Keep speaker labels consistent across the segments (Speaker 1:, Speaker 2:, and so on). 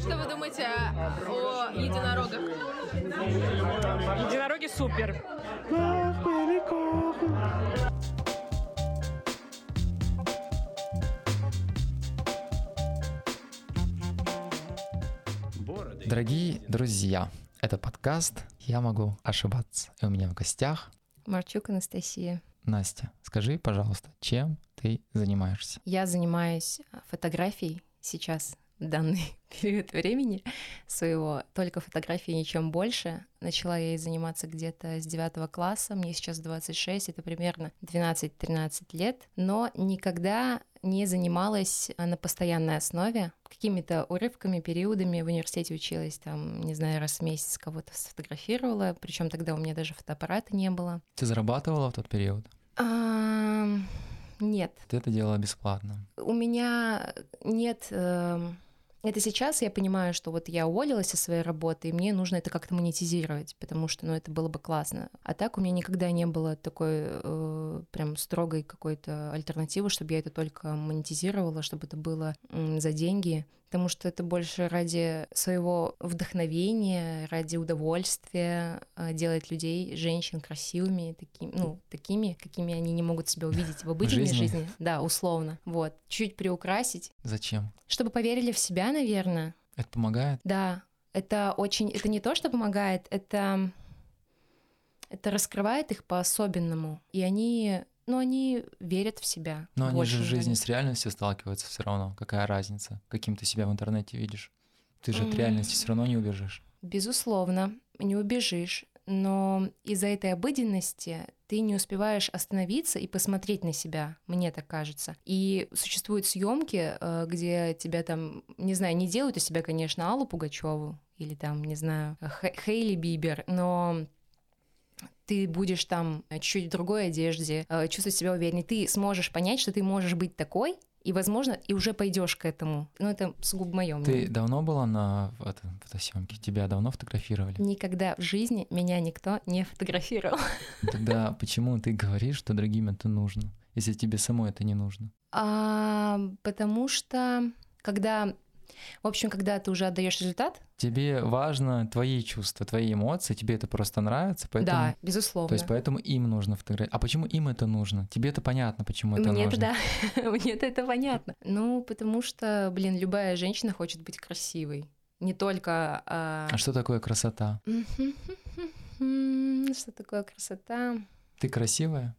Speaker 1: Что вы думаете о единорогах?
Speaker 2: Единороги супер.
Speaker 3: Дорогие друзья, это подкаст «Я могу ошибаться». И у меня в гостях
Speaker 4: Марчук Анастасия.
Speaker 3: Настя. Скажи, пожалуйста, чем ты занимаешься?
Speaker 4: Я занимаюсь э, фотографией сейчас, в данный период времени своего, только фотографии, ничем больше. Начала я ей заниматься где-то с 9 класса, мне сейчас 26, это примерно 12-13 лет, но никогда не занималась э, на постоянной основе, какими-то урывками, периодами в университете училась, там, не знаю, раз в месяц кого-то сфотографировала, причем тогда у меня даже фотоаппарата не было.
Speaker 3: Ты зарабатывала в тот период?
Speaker 4: А, Нет,
Speaker 3: Ты это делала бесплатно.
Speaker 4: у меня нет... эм, Это сейчас я понимаю, что вот я уволилась со своей работы, и мне нужно это как-то монетизировать, потому что, ну, это было бы классно. А так у меня никогда не было такой э, прям строгой какой-то альтернативы, чтобы я это только монетизировала, чтобы это было м, за деньги, потому что это больше ради своего вдохновения, ради удовольствия э, делать людей, женщин красивыми, такими, ну, такими, какими они не могут себя увидеть в обыденной
Speaker 3: жизни.
Speaker 4: жизни, да, условно, вот, чуть приукрасить,
Speaker 3: Зачем?
Speaker 4: чтобы поверили в себя, наверное.
Speaker 3: Это помогает?
Speaker 4: Да, это очень, это не то, что помогает, это, это раскрывает их по-особенному. И они, ну, они верят в себя.
Speaker 3: Но Ну, они
Speaker 4: больше,
Speaker 3: же в жизни
Speaker 4: наверное.
Speaker 3: с реальностью сталкиваются все равно. Какая разница? Каким ты себя в интернете видишь? Ты же от
Speaker 4: М.
Speaker 3: реальности все равно не убежишь.
Speaker 4: Безусловно, не убежишь, но из-за этой обыденности ты не успеваешь остановиться и посмотреть на себя, мне так кажется. И существуют съемки, э, где тебя там, не знаю, не делают из себя, конечно, Аллу Пугачеву или там, не знаю, Хэ- Хейли Бибер, но ты будешь там э, чуть-чуть в другой одежде, э, чувствовать себя увереннее, ты сможешь понять, что ты можешь быть такой, и, возможно, и уже пойдешь к этому. Но это сугубо мое
Speaker 3: Ты давно была на в этом фотосъемке? Тебя давно фотографировали?
Speaker 4: Никогда в жизни меня никто не фотографировал.
Speaker 3: Тогда почему ты говоришь, что другим это нужно, если тебе самой это не нужно?
Speaker 4: А, потому что когда, в общем, когда ты уже отдаешь результат,
Speaker 3: Тебе важно твои чувства, твои эмоции, тебе это просто нравится, поэтому...
Speaker 4: да, безусловно.
Speaker 3: То есть поэтому им нужно фотографировать. А почему им это нужно? Тебе это понятно, почему это
Speaker 4: Мне
Speaker 3: нужно.
Speaker 4: это да, мне это, это понятно. Ну, потому что, блин, любая женщина хочет быть красивой. Не только... а,
Speaker 3: А что такое красота?
Speaker 4: Что такое красота?
Speaker 3: Ты красивая?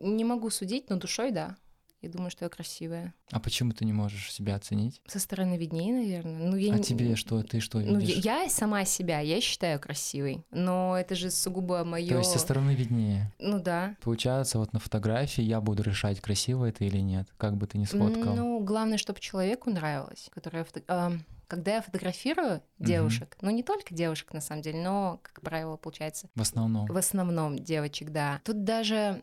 Speaker 4: Не могу судить, но душой да. Я думаю, что я красивая.
Speaker 3: А почему ты не можешь себя оценить?
Speaker 4: Со стороны виднее, наверное. Ну, я
Speaker 3: а
Speaker 4: не-
Speaker 3: тебе что? Ты что
Speaker 4: Ну,
Speaker 3: видишь?
Speaker 4: я, я сама себя, я считаю красивой, но это же сугубо мое...
Speaker 3: То есть со стороны виднее.
Speaker 4: Ну да.
Speaker 3: Получается, вот на фотографии я буду решать, красиво это или нет, как бы ты ни сфоткал.
Speaker 4: Ну, главное, чтобы человеку нравилось, которое... я фото- ам, Когда я фотографирую девушек, ну не только девушек на самом деле, но, как правило, получается,
Speaker 3: В основном. А
Speaker 4: в основном девочек, да. Тут даже...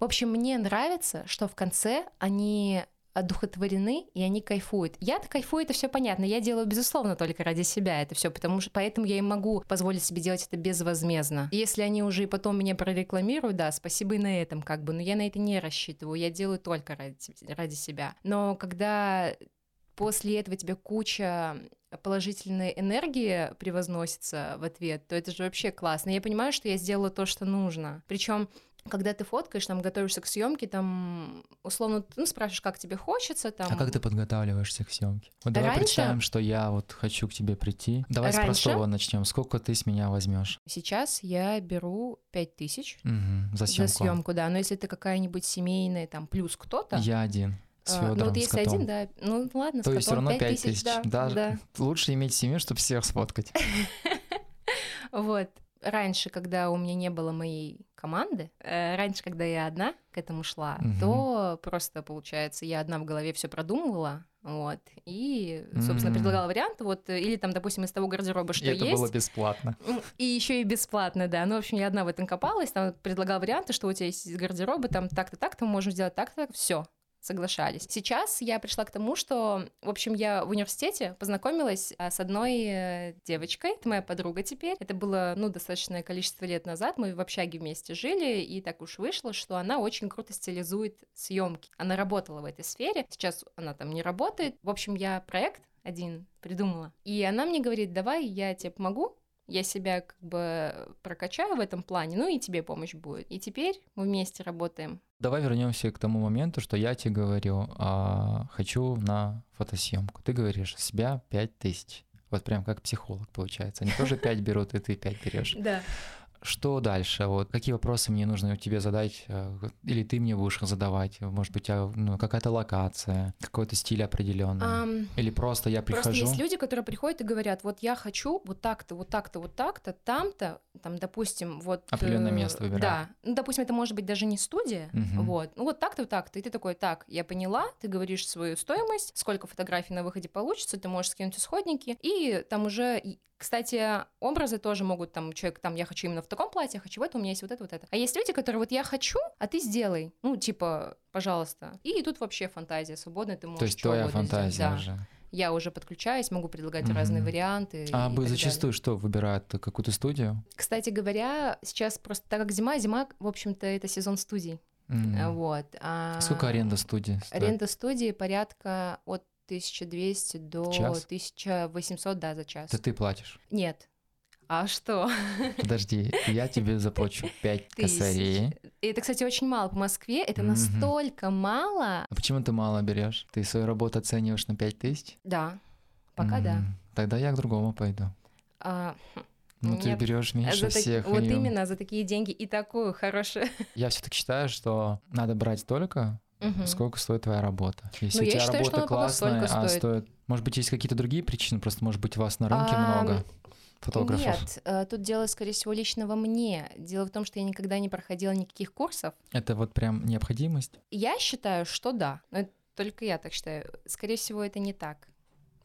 Speaker 4: В общем, мне нравится, что в конце они одухотворены, и они кайфуют. Я-то кайфую, это все понятно. Я делаю, безусловно, только ради себя это все, потому что поэтому я и могу позволить себе делать это безвозмездно. Если они уже и потом меня прорекламируют, да, спасибо и на этом как бы, но я на это не рассчитываю, я делаю только ради, ради себя. Но когда после этого тебе куча положительной энергии превозносится в ответ, то это же вообще классно. Я понимаю, что я сделала то, что нужно. Причем когда ты фоткаешь, там готовишься к съемке, там условно, ну спрашиваешь, как тебе хочется, там.
Speaker 3: А как ты подготавливаешься к съемке? Вот давай
Speaker 4: Раньше-
Speaker 3: представим, что я вот хочу к тебе прийти. Давай с
Speaker 4: Раньше-
Speaker 3: простого начнем. Сколько ты с меня возьмешь
Speaker 4: Сейчас я беру пять тысяч
Speaker 3: за
Speaker 4: за
Speaker 3: съемку?
Speaker 4: съемку, да. Но если ты какая-нибудь семейная, там плюс кто-то.
Speaker 3: Я один. С
Speaker 4: а, ну
Speaker 3: Федором,
Speaker 4: вот если один, да, ну ладно,
Speaker 3: То
Speaker 4: с
Speaker 3: есть все
Speaker 4: котом
Speaker 3: равно
Speaker 4: 5
Speaker 3: пять тысяч.
Speaker 4: да,
Speaker 3: Даже
Speaker 4: да.
Speaker 3: Лучше иметь семью, чтобы всех сфоткать.
Speaker 4: Вот. Раньше, когда у меня не было моей команды, э, раньше, когда я одна к этому шла,
Speaker 3: Мгм.
Speaker 4: то просто, получается, я одна в голове все продумывала, вот, и, собственно,
Speaker 3: М.
Speaker 4: предлагала вариант, вот, э, или там, допустим, из того гардероба, что
Speaker 3: И это
Speaker 4: есть,
Speaker 3: было бесплатно.
Speaker 4: М, И еще и бесплатно, да. Ну, в общем, я одна в этом копалась, там предлагала варианты, что у тебя есть из гардероба, там так-то, так-то, мы можем сделать так-то, все. соглашались. Сейчас я пришла к тому, что, в общем, я в университете познакомилась а, с одной э, девочкой, это моя подруга теперь. Это было, ну, достаточное количество лет назад, мы в общаге вместе жили, и так уж вышло, что она очень круто стилизует съемки. Она работала в этой сфере, сейчас она там не работает. В общем, я проект один придумала. И она мне говорит, давай я тебе помогу, я себя как бы прокачаю в этом плане, ну и тебе помощь будет. И теперь мы вместе работаем.
Speaker 3: Давай вернемся к тому моменту, что я тебе говорю, а, хочу на фотосъемку. Ты говоришь, с себя 5000. Вот прям как психолог получается. Они тоже 5 берут, и ты 5 берешь.
Speaker 4: Да.
Speaker 3: Что дальше? Вот какие вопросы мне нужно тебе задать, э, или ты мне будешь их задавать? Может быть, у тебя ну, какая-то локация, какой-то стиль определенный, или просто я
Speaker 4: А, Просто
Speaker 3: прихожу?
Speaker 4: есть люди, которые приходят и говорят, вот я хочу вот так-то, вот так-то, вот так-то, там-то, там, допустим, вот... э,
Speaker 3: Определённое место выбирают.
Speaker 4: Да. Ну, допустим, это может быть даже не студия,
Speaker 3: Мгм.
Speaker 4: вот. Ну, вот так-то, вот так-то. И ты такой, так, я поняла, ты говоришь свою стоимость, сколько фотографий на выходе получится, ты можешь скинуть исходники, и там уже... и, Кстати, образы тоже могут, там, человек, там, я хочу именно в таком платье, я хочу в этом, у меня есть вот это, вот это. А есть люди, которые вот я хочу, а ты сделай. Ну, типа, пожалуйста. И тут вообще фантазия свободная, ты можешь
Speaker 3: То есть
Speaker 4: чё
Speaker 3: твоя
Speaker 4: угодно сделать,
Speaker 3: фантазия
Speaker 4: да
Speaker 3: уже.
Speaker 4: я уже подключаюсь, могу предлагать
Speaker 3: Мгм.
Speaker 4: разные варианты. и
Speaker 3: А
Speaker 4: так
Speaker 3: бы
Speaker 4: далее.
Speaker 3: зачастую что выбирают какую-то студию?
Speaker 4: Кстати говоря, сейчас просто так как зима, зима, в общем-то, это сезон студий.
Speaker 3: М.
Speaker 4: А, Вот. а
Speaker 3: Сколько аренда студии? стоит?
Speaker 4: Аренда студии порядка от 1200 до
Speaker 3: Час?
Speaker 4: 1800, да, за час.
Speaker 3: Это ты платишь.
Speaker 4: Нет. А что?
Speaker 3: Подожди, я тебе заплачу 5
Speaker 4: Тысяч.
Speaker 3: косарей.
Speaker 4: И это, кстати, очень мало по Москве. Это
Speaker 3: Мгм.
Speaker 4: настолько мало.
Speaker 3: А почему ты мало берешь? Ты свою работу оцениваешь на 5 тысяч?
Speaker 4: Да. Пока да.
Speaker 3: М, Тогда я к другому пойду.
Speaker 4: А,
Speaker 3: Ну ты
Speaker 4: Нет,
Speaker 3: берешь
Speaker 4: а
Speaker 3: меньше
Speaker 4: за так-
Speaker 3: всех.
Speaker 4: Вот
Speaker 3: и-
Speaker 4: именно за такие деньги и такую хорошую.
Speaker 3: Я все-таки считаю, что надо брать столько,
Speaker 4: Мгм.
Speaker 3: сколько стоит твоя работа. Если
Speaker 4: Ну,
Speaker 3: у
Speaker 4: я
Speaker 3: тебя
Speaker 4: считаю,
Speaker 3: работа
Speaker 4: что она пока
Speaker 3: классная,
Speaker 4: столько
Speaker 3: а
Speaker 4: стоит.
Speaker 3: стоит. Может быть, есть какие-то другие причины, просто может быть вас на рынке
Speaker 4: А,
Speaker 3: много фотографов.
Speaker 4: Нет, э, тут дело, скорее всего, лично во мне. Дело в том, что я никогда не проходила никаких курсов.
Speaker 3: Это вот прям необходимость.
Speaker 4: Я считаю, что да, но это только я так считаю. Скорее всего, это не так.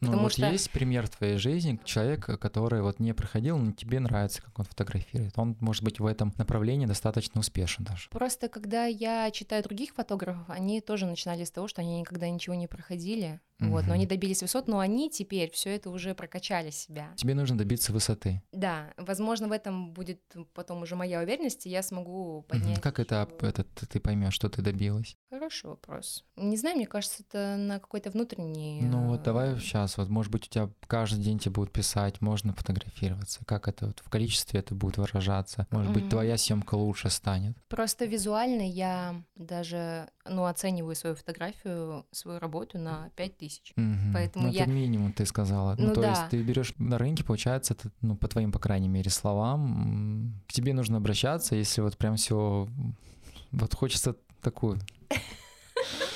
Speaker 3: Ну
Speaker 4: Потому
Speaker 3: вот
Speaker 4: что-
Speaker 3: есть пример в твоей жизни человека, который вот не проходил, но тебе нравится, как он фотографирует. Он может быть в этом направлении достаточно успешен даже.
Speaker 4: Просто когда я читаю других фотографов, они тоже начинали с того, что они никогда ничего не проходили. Вот,
Speaker 3: Мгм.
Speaker 4: но они добились высот, но они теперь все это уже прокачали себя.
Speaker 3: Тебе нужно добиться высоты.
Speaker 4: Да, возможно, в этом будет потом уже моя уверенность, и я смогу
Speaker 3: Мгм.
Speaker 4: поднять.
Speaker 3: Как это об-
Speaker 4: э,
Speaker 3: этот ты поймешь, что ты добилась?
Speaker 4: Хороший вопрос. Не знаю, мне кажется, это на какой-то внутренний.
Speaker 3: Ну
Speaker 4: э,
Speaker 3: вот давай сейчас, вот может быть у тебя каждый день тебе будут писать, можно фотографироваться, как это вот в количестве это будет выражаться, может быть
Speaker 4: Мгм.
Speaker 3: твоя съемка лучше станет.
Speaker 4: Просто визуально я даже, ну, оцениваю свою фотографию, свою работу на 5000.
Speaker 3: Мгм.
Speaker 4: Поэтому
Speaker 3: ну,
Speaker 4: я-
Speaker 3: это минимум ты сказала.
Speaker 4: Ну
Speaker 3: то
Speaker 4: да.
Speaker 3: есть ты берешь на рынке, получается, ты, ну по твоим по крайней мере словам, м, к тебе нужно обращаться, если вот прям все, вот хочется такую.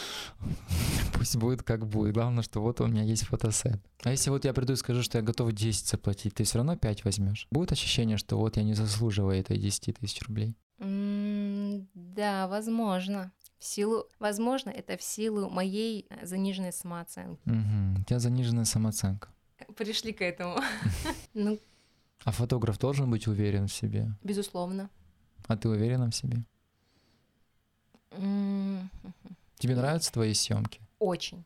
Speaker 3: Пусть будет как будет. Главное, что вот у меня есть фотосет. А если вот я приду и скажу, что я готова 10 заплатить, ты все равно 5 возьмешь? Будет ощущение, что вот я не заслуживаю этой 10 тысяч рублей?
Speaker 4: М, Да, возможно. В силу, возможно, это в силу моей э, заниженной самооценки.
Speaker 3: Мгм. У тебя заниженная самооценка.
Speaker 4: Пришли к этому. Ну,
Speaker 3: А фотограф должен быть уверен в себе.
Speaker 4: безусловно.
Speaker 3: А ты уверена в себе?
Speaker 4: М,
Speaker 3: Тебе нравятся твои съемки?
Speaker 4: Очень.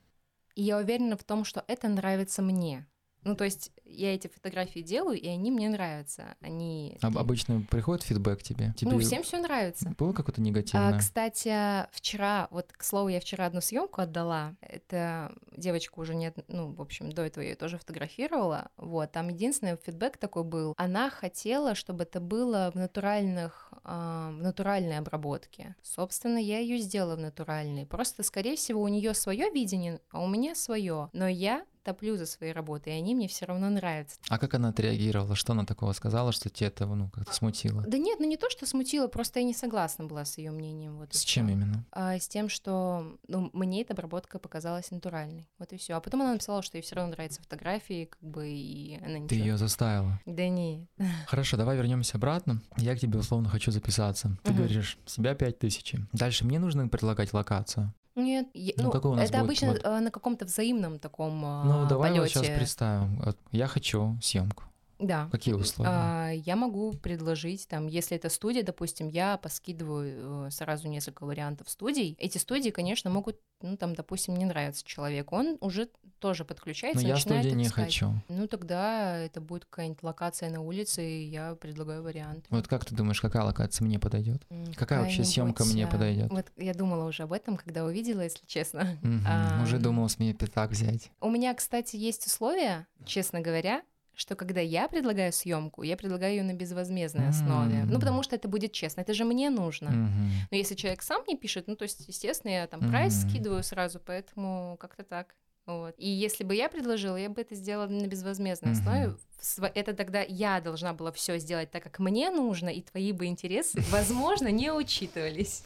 Speaker 4: И я уверена в том, что это нравится мне. Ну, то есть я эти фотографии делаю, и они мне нравятся. Они...
Speaker 3: Об-
Speaker 4: такие-
Speaker 3: обычно приходит фидбэк тебе? тебе
Speaker 4: Ну, всем все нравится.
Speaker 3: Было какое-то негативное?
Speaker 4: А, кстати, вчера, вот, к слову, я вчера одну съемку отдала. Это девочка уже нет, ну, в общем, до этого я ее тоже фотографировала. Вот, там единственный фидбэк такой был. Она хотела, чтобы это было в натуральных, а, в натуральной обработке. Собственно, я ее сделала в натуральной. Просто, скорее всего, у нее свое видение, а у меня свое. Но я топлю за свои работы, и они мне все равно нравятся.
Speaker 3: А как она отреагировала? Что она такого сказала, что тебе это ну, как-то смутило?
Speaker 4: Да нет, ну не то, что смутило, просто я не согласна была с ее мнением. Вот и
Speaker 3: С
Speaker 4: всё.
Speaker 3: чем именно?
Speaker 4: а, с тем, что ну, мне эта обработка показалась натуральной. Вот и все. А потом она написала, что ей все равно нравятся фотографии, как бы и она ничего.
Speaker 3: Ты ее заставила.
Speaker 4: Да не.
Speaker 3: Хорошо, давай вернемся обратно. Я к тебе условно хочу записаться. Ты
Speaker 4: Мгм.
Speaker 3: говоришь, себя пять тысяч. Дальше мне нужно предлагать локацию.
Speaker 4: Нет, я-
Speaker 3: Ну,
Speaker 4: ну,
Speaker 3: какой у нас
Speaker 4: это
Speaker 3: будет
Speaker 4: обычно
Speaker 3: вот-
Speaker 4: э, на каком-то взаимном таком
Speaker 3: ну,
Speaker 4: а,
Speaker 3: давай вот
Speaker 4: полёте.
Speaker 3: сейчас представим. Вот Я хочу съемку.
Speaker 4: Да.
Speaker 3: Какие условия?
Speaker 4: А, Я могу предложить, там, если это студия, допустим, я поскидываю э, сразу несколько вариантов студий. Эти студии, конечно, могут, ну, там, допустим, не нравится человек, он уже тоже
Speaker 3: Но
Speaker 4: подключается,
Speaker 3: Ну, я
Speaker 4: начинает
Speaker 3: студии не
Speaker 4: искать.
Speaker 3: хочу.
Speaker 4: Ну, тогда это будет какая-нибудь локация на улице, и я предлагаю варианты.
Speaker 3: Вот как ты думаешь, какая локация мне подойдет?
Speaker 4: М,
Speaker 3: Какая вообще
Speaker 4: какая-нибудь,
Speaker 3: съемка мне
Speaker 4: а,
Speaker 3: подойдет?
Speaker 4: Вот я думала уже об этом, когда увидела, если честно.
Speaker 3: Мгм.
Speaker 4: а,
Speaker 3: Уже думал с меня пятак взять.
Speaker 4: У меня, кстати, есть условия, честно говоря, что когда я предлагаю съемку, я предлагаю ее на безвозмездной основе.
Speaker 3: М.
Speaker 4: Ну, потому что это будет честно, это же мне нужно.
Speaker 3: Мгм.
Speaker 4: Но если человек сам не пишет, ну, то есть, естественно, я там
Speaker 3: Мгм.
Speaker 4: прайс скидываю сразу, поэтому как-то так. Вот. И если бы я предложила, я бы это сделала на безвозмездной
Speaker 3: Мгм.
Speaker 4: основе. В сво- Это тогда я должна была все сделать так, как мне нужно, и твои бы интересы, возможно, не учитывались.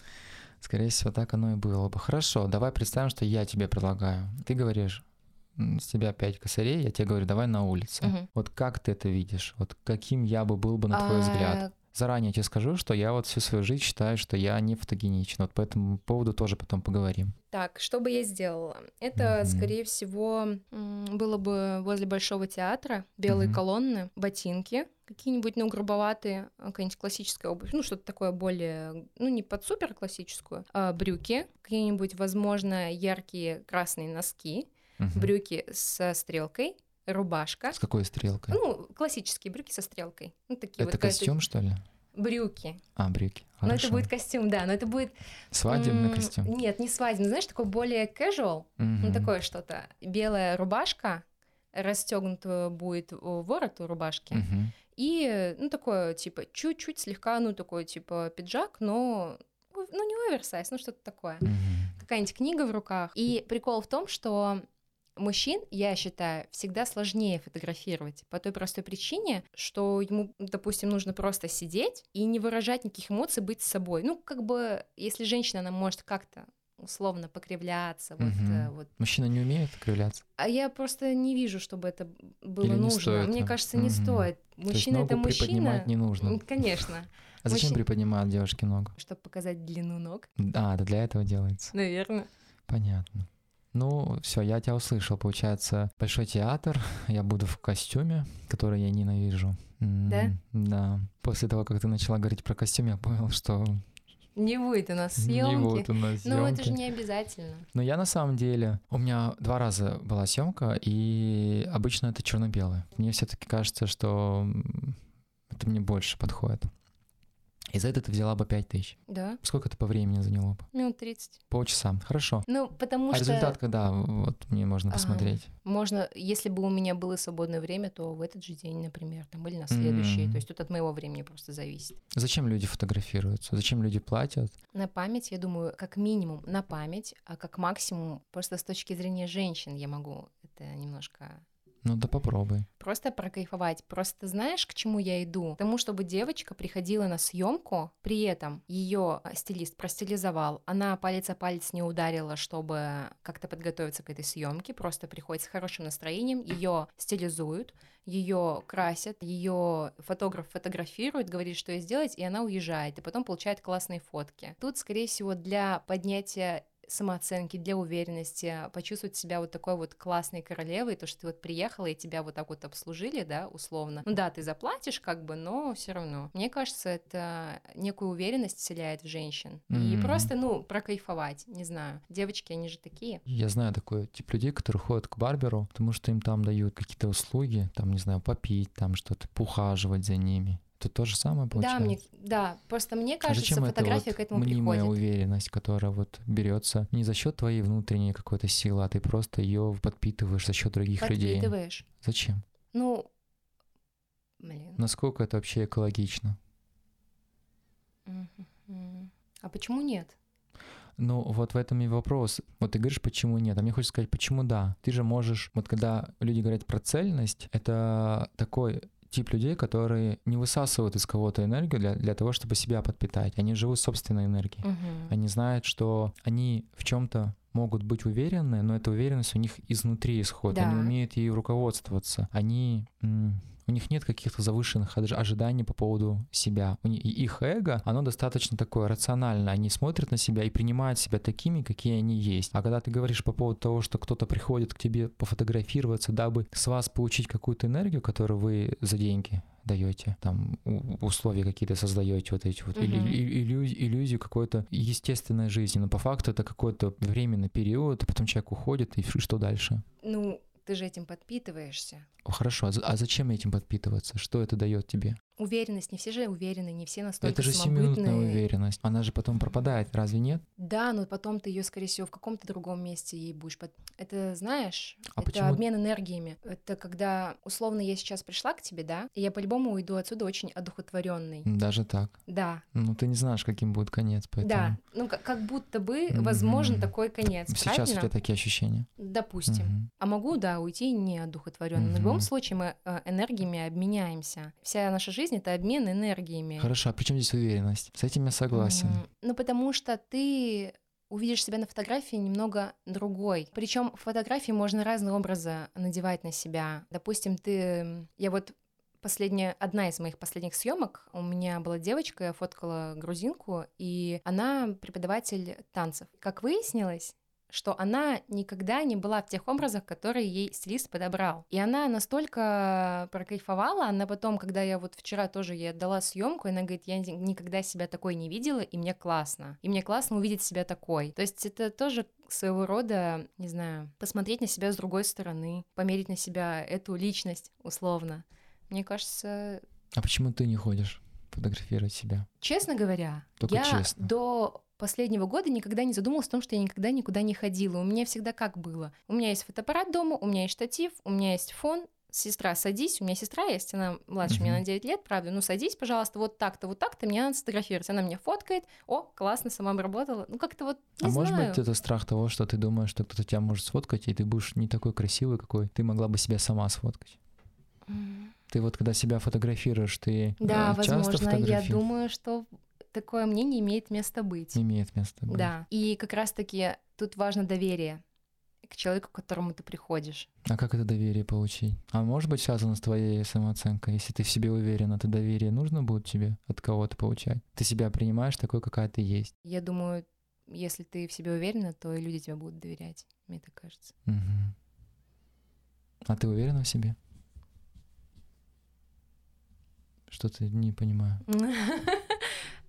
Speaker 3: Скорее всего, так оно и было бы. Хорошо, давай представим, что я тебе предлагаю. Ты говоришь, «М, с тебя пять косарей, я тебе говорю, давай на улицу.
Speaker 4: Мгм.
Speaker 3: Вот как ты это видишь? Вот каким я бы был бы, на твой взгляд?
Speaker 4: А,
Speaker 3: Заранее тебе скажу, что я вот всю свою жизнь считаю, что я не фотогеничен. Вот по этому поводу тоже потом поговорим.
Speaker 4: Так, что бы я сделала? Это,
Speaker 3: Мгм.
Speaker 4: скорее всего, м, было бы возле Большого театра, белые
Speaker 3: Мгм.
Speaker 4: колонны, ботинки какие-нибудь, ну, грубоватые, а, какая-нибудь классическая обувь, ну, что-то такое более, ну, не под супер классическую, а брюки, какие-нибудь, возможно, яркие красные носки,
Speaker 3: Мгм.
Speaker 4: брюки со стрелкой, рубашка.
Speaker 3: С какой стрелкой?
Speaker 4: Ну, классические брюки со стрелкой. Ну, такие
Speaker 3: это
Speaker 4: вот. когда ты-
Speaker 3: костюм, что ли?
Speaker 4: Брюки.
Speaker 3: А, брюки.
Speaker 4: Но это
Speaker 3: Хорошо.
Speaker 4: будет костюм, да, но это будет...
Speaker 3: Свадебный
Speaker 4: м,
Speaker 3: костюм.
Speaker 4: Нет, не свадебный, знаешь, такой более casual, Ну,
Speaker 3: Мгм.
Speaker 4: такое что-то. Белая рубашка, расстегнут будет э, ворот у рубашки.
Speaker 3: Мгм.
Speaker 4: И, э, ну, такое, типа, чуть-чуть слегка, ну, такой, типа, пиджак, но, ну, ну, не оверсайз, ну, что-то такое.
Speaker 3: Мгм.
Speaker 4: Какая-нибудь книга в руках. И прикол в том, что мужчин, я считаю, всегда сложнее фотографировать по той простой причине, что ему, допустим, нужно просто сидеть и не выражать никаких эмоций, быть собой. Ну, как бы, если женщина, она может как-то условно покривляться, вот,
Speaker 3: Мгм.
Speaker 4: э, вот
Speaker 3: Мужчина не умеет кривляться?
Speaker 4: а я просто не вижу, чтобы это б- было
Speaker 3: Или не
Speaker 4: нужно.
Speaker 3: стоит,
Speaker 4: Мне
Speaker 3: да?
Speaker 4: кажется, не
Speaker 3: Мгм.
Speaker 4: стоит.
Speaker 3: То есть
Speaker 4: Мужчина это
Speaker 3: ногу
Speaker 4: мужчина.
Speaker 3: приподнимать не нужно.
Speaker 4: М, Конечно.
Speaker 3: А зачем
Speaker 4: Мужчин-
Speaker 3: приподнимают девушки ногу?
Speaker 4: Чтобы показать длину ног.
Speaker 3: Да, это для этого делается.
Speaker 4: Наверное.
Speaker 3: Понятно. Ну, все, я тебя услышал. Получается, большой театр. Я буду в костюме, который я ненавижу. М,
Speaker 4: Да?
Speaker 3: Да. После того, как ты начала говорить про костюм, я понял, что
Speaker 4: Не будет у нас
Speaker 3: не
Speaker 4: съемки.
Speaker 3: вот у нас
Speaker 4: Ну, это
Speaker 3: съёмки.
Speaker 4: же не обязательно.
Speaker 3: Но я на самом деле... У меня два раза была съемка, и обычно это черно-белое. Мне все-таки кажется, что м, это мне больше подходит. И за это ты взяла бы пять тысяч.
Speaker 4: Да,
Speaker 3: Сколько это по времени заняло бы?
Speaker 4: минут 30.
Speaker 3: Полчаса. Хорошо.
Speaker 4: Ну, потому
Speaker 3: а
Speaker 4: что
Speaker 3: результат когда? Вот мне можно
Speaker 4: Ага.
Speaker 3: посмотреть.
Speaker 4: можно, если бы у меня было свободное время, то в этот же день, например, там, или на следующий.
Speaker 3: М.
Speaker 4: То есть тут от моего времени просто зависит.
Speaker 3: Зачем люди фотографируются? Зачем люди платят?
Speaker 4: На память, я думаю, как минимум на память, а как максимум просто с точки зрения женщин я могу это немножко
Speaker 3: Ну да попробуй.
Speaker 4: Просто прокайфовать. Просто знаешь, к чему я иду? К тому, чтобы девочка приходила на съемку, при этом ее стилист простилизовал, она палец о палец не ударила, чтобы как-то подготовиться к этой съемке, просто приходит с хорошим настроением, ее стилизуют, ее красят, ее фотограф фотографирует, говорит, что ей сделать, и она уезжает, и потом получает классные фотки. Тут, скорее всего, для поднятия самооценки, для уверенности, а, почувствовать себя вот такой вот классной королевой, то, что ты вот приехала, и тебя вот так вот обслужили, да, условно. Ну да, ты заплатишь как бы, но все равно. Мне кажется, это некую уверенность вселяет в женщин. И
Speaker 3: Мгм.
Speaker 4: просто, ну, прокайфовать, не знаю. Девочки, они же такие.
Speaker 3: Я знаю такой тип людей, которые ходят к барберу, потому что им там дают какие-то услуги, там, не знаю, попить, там что-то, ухаживать за ними. Тут то же самое получается.
Speaker 4: Да, мне, да, просто мне
Speaker 3: А
Speaker 4: кажется,
Speaker 3: зачем это
Speaker 4: фотография
Speaker 3: вот
Speaker 4: к этому
Speaker 3: мнимая
Speaker 4: приходит.
Speaker 3: уверенность, которая вот берется не за счет твоей внутренней какой-то силы, а ты просто ее подпитываешь за счет других людей.
Speaker 4: Подпитываешь.
Speaker 3: Зачем?
Speaker 4: Ну, блин.
Speaker 3: Насколько это вообще экологично?
Speaker 4: Мгм. А почему нет?
Speaker 3: Ну, вот в этом и вопрос. Вот ты говоришь, почему нет, а мне хочется сказать, почему да. Ты же можешь, вот когда люди говорят про цельность, это такой тип людей, которые не высасывают из кого-то энергию для, для того, чтобы себя подпитать. Они живут собственной энергией.
Speaker 4: Мгм.
Speaker 3: Они знают, что они в чем-то могут быть уверены, но эта уверенность у них изнутри исходит. Они
Speaker 4: Да.
Speaker 3: умеют ею руководствоваться. Они м, У них нет каких-то завышенных ожи- ожиданий по поводу себя. У ни- и их эго, оно достаточно такое рациональное. Они смотрят на себя и принимают себя такими, какие они есть. А когда ты говоришь по поводу того, что кто-то приходит к тебе пофотографироваться, дабы с вас получить какую-то энергию, которую вы за деньги даете, там у- условия какие-то создаете, вот эти вот, или,
Speaker 4: Мгм.
Speaker 3: и- иллюз- иллюзию какой-то естественной жизни. Но по факту это какой-то временный период, и потом человек уходит, и ф- что дальше?
Speaker 4: Ну, ты же этим подпитываешься.
Speaker 3: О, Хорошо, а за- а зачем этим подпитываться? Что это дает тебе?
Speaker 4: Уверенность, не все же уверены, не все настолько
Speaker 3: это же семиминутная
Speaker 4: самобытные.
Speaker 3: уверенность. Она же потом пропадает, разве нет?
Speaker 4: Да, но потом ты ее, скорее всего, в каком-то другом месте ей будешь. под- Это знаешь,
Speaker 3: А
Speaker 4: это
Speaker 3: почему-
Speaker 4: обмен энергиями. Это когда, условно, я сейчас пришла к тебе, да, и я по-любому уйду отсюда очень одухотворенной.
Speaker 3: Даже так.
Speaker 4: Да,
Speaker 3: Ну, ты не знаешь, каким будет конец, поэтому...
Speaker 4: да. Ну, как, как будто бы возможен
Speaker 3: Мгм.
Speaker 4: такой конец.
Speaker 3: Сейчас у
Speaker 4: правильно?
Speaker 3: тебя такие ощущения.
Speaker 4: Допустим.
Speaker 3: Мгм.
Speaker 4: А могу, да, уйти не одухотворенно. Но в любом
Speaker 3: Мгм.
Speaker 4: случае мы э, энергиями обменяемся. Вся наша жизнь это обмен энергиями.
Speaker 3: Хорошо, а при чем здесь уверенность? С этим я согласен.
Speaker 4: М, Ну, потому что ты увидишь себя на фотографии немного другой. Причем фотографии можно разные образы надевать на себя. Допустим, ты... Я вот последняя, одна из моих последних съемок, у меня была девочка, я фоткала грузинку, и она преподаватель танцев. Как выяснилось, что она никогда не была в тех образах, которые ей стилист подобрал. И она настолько прокайфовала, она потом, когда я вот вчера тоже ей отдала съемку, она говорит, я ни- никогда себя такой не видела, и мне классно. И мне классно увидеть себя такой. То есть это тоже своего рода, не знаю, посмотреть на себя с другой стороны, померить на себя эту личность условно. Мне кажется,
Speaker 3: А почему ты не ходишь фотографировать себя?
Speaker 4: Честно говоря,
Speaker 3: Только
Speaker 4: я
Speaker 3: честно.
Speaker 4: до последнего года никогда не задумывалась о том, что я никогда никуда не ходила. У меня всегда как было. У меня есть фотоаппарат дома, у меня есть штатив, у меня есть фон. Сестра, садись. У меня сестра есть, она младше меня
Speaker 3: Мгм.
Speaker 4: на 9 лет, правда. Ну, садись, пожалуйста, вот так-то, вот так-то, мне надо сфотографировать. Она меня фоткает. О, классно, сама обработала. Ну, как-то вот, не
Speaker 3: а
Speaker 4: знаю.
Speaker 3: может быть, это страх того, что ты думаешь, что кто-то тебя может сфоткать, и ты будешь не такой красивый, какой ты могла бы себя сама сфоткать.
Speaker 4: М,
Speaker 3: Ты вот когда себя фотографируешь, ты э,
Speaker 4: Да,
Speaker 3: часто
Speaker 4: возможно, я
Speaker 3: фотографируешь?
Speaker 4: думаю, что такое мнение имеет место быть.
Speaker 3: Имеет место быть.
Speaker 4: Да. И как раз-таки тут важно доверие к человеку, к которому ты приходишь.
Speaker 3: А как это доверие получить? А может быть связано с твоей самооценкой? Если ты в себе уверена, то доверие нужно будет тебе от кого-то получать? Ты себя принимаешь такой, какая ты есть.
Speaker 4: Я думаю, если ты в себе уверена, то и люди тебе будут доверять, мне так кажется.
Speaker 3: Мгм. А ты уверена в себе? Что-то не понимаю.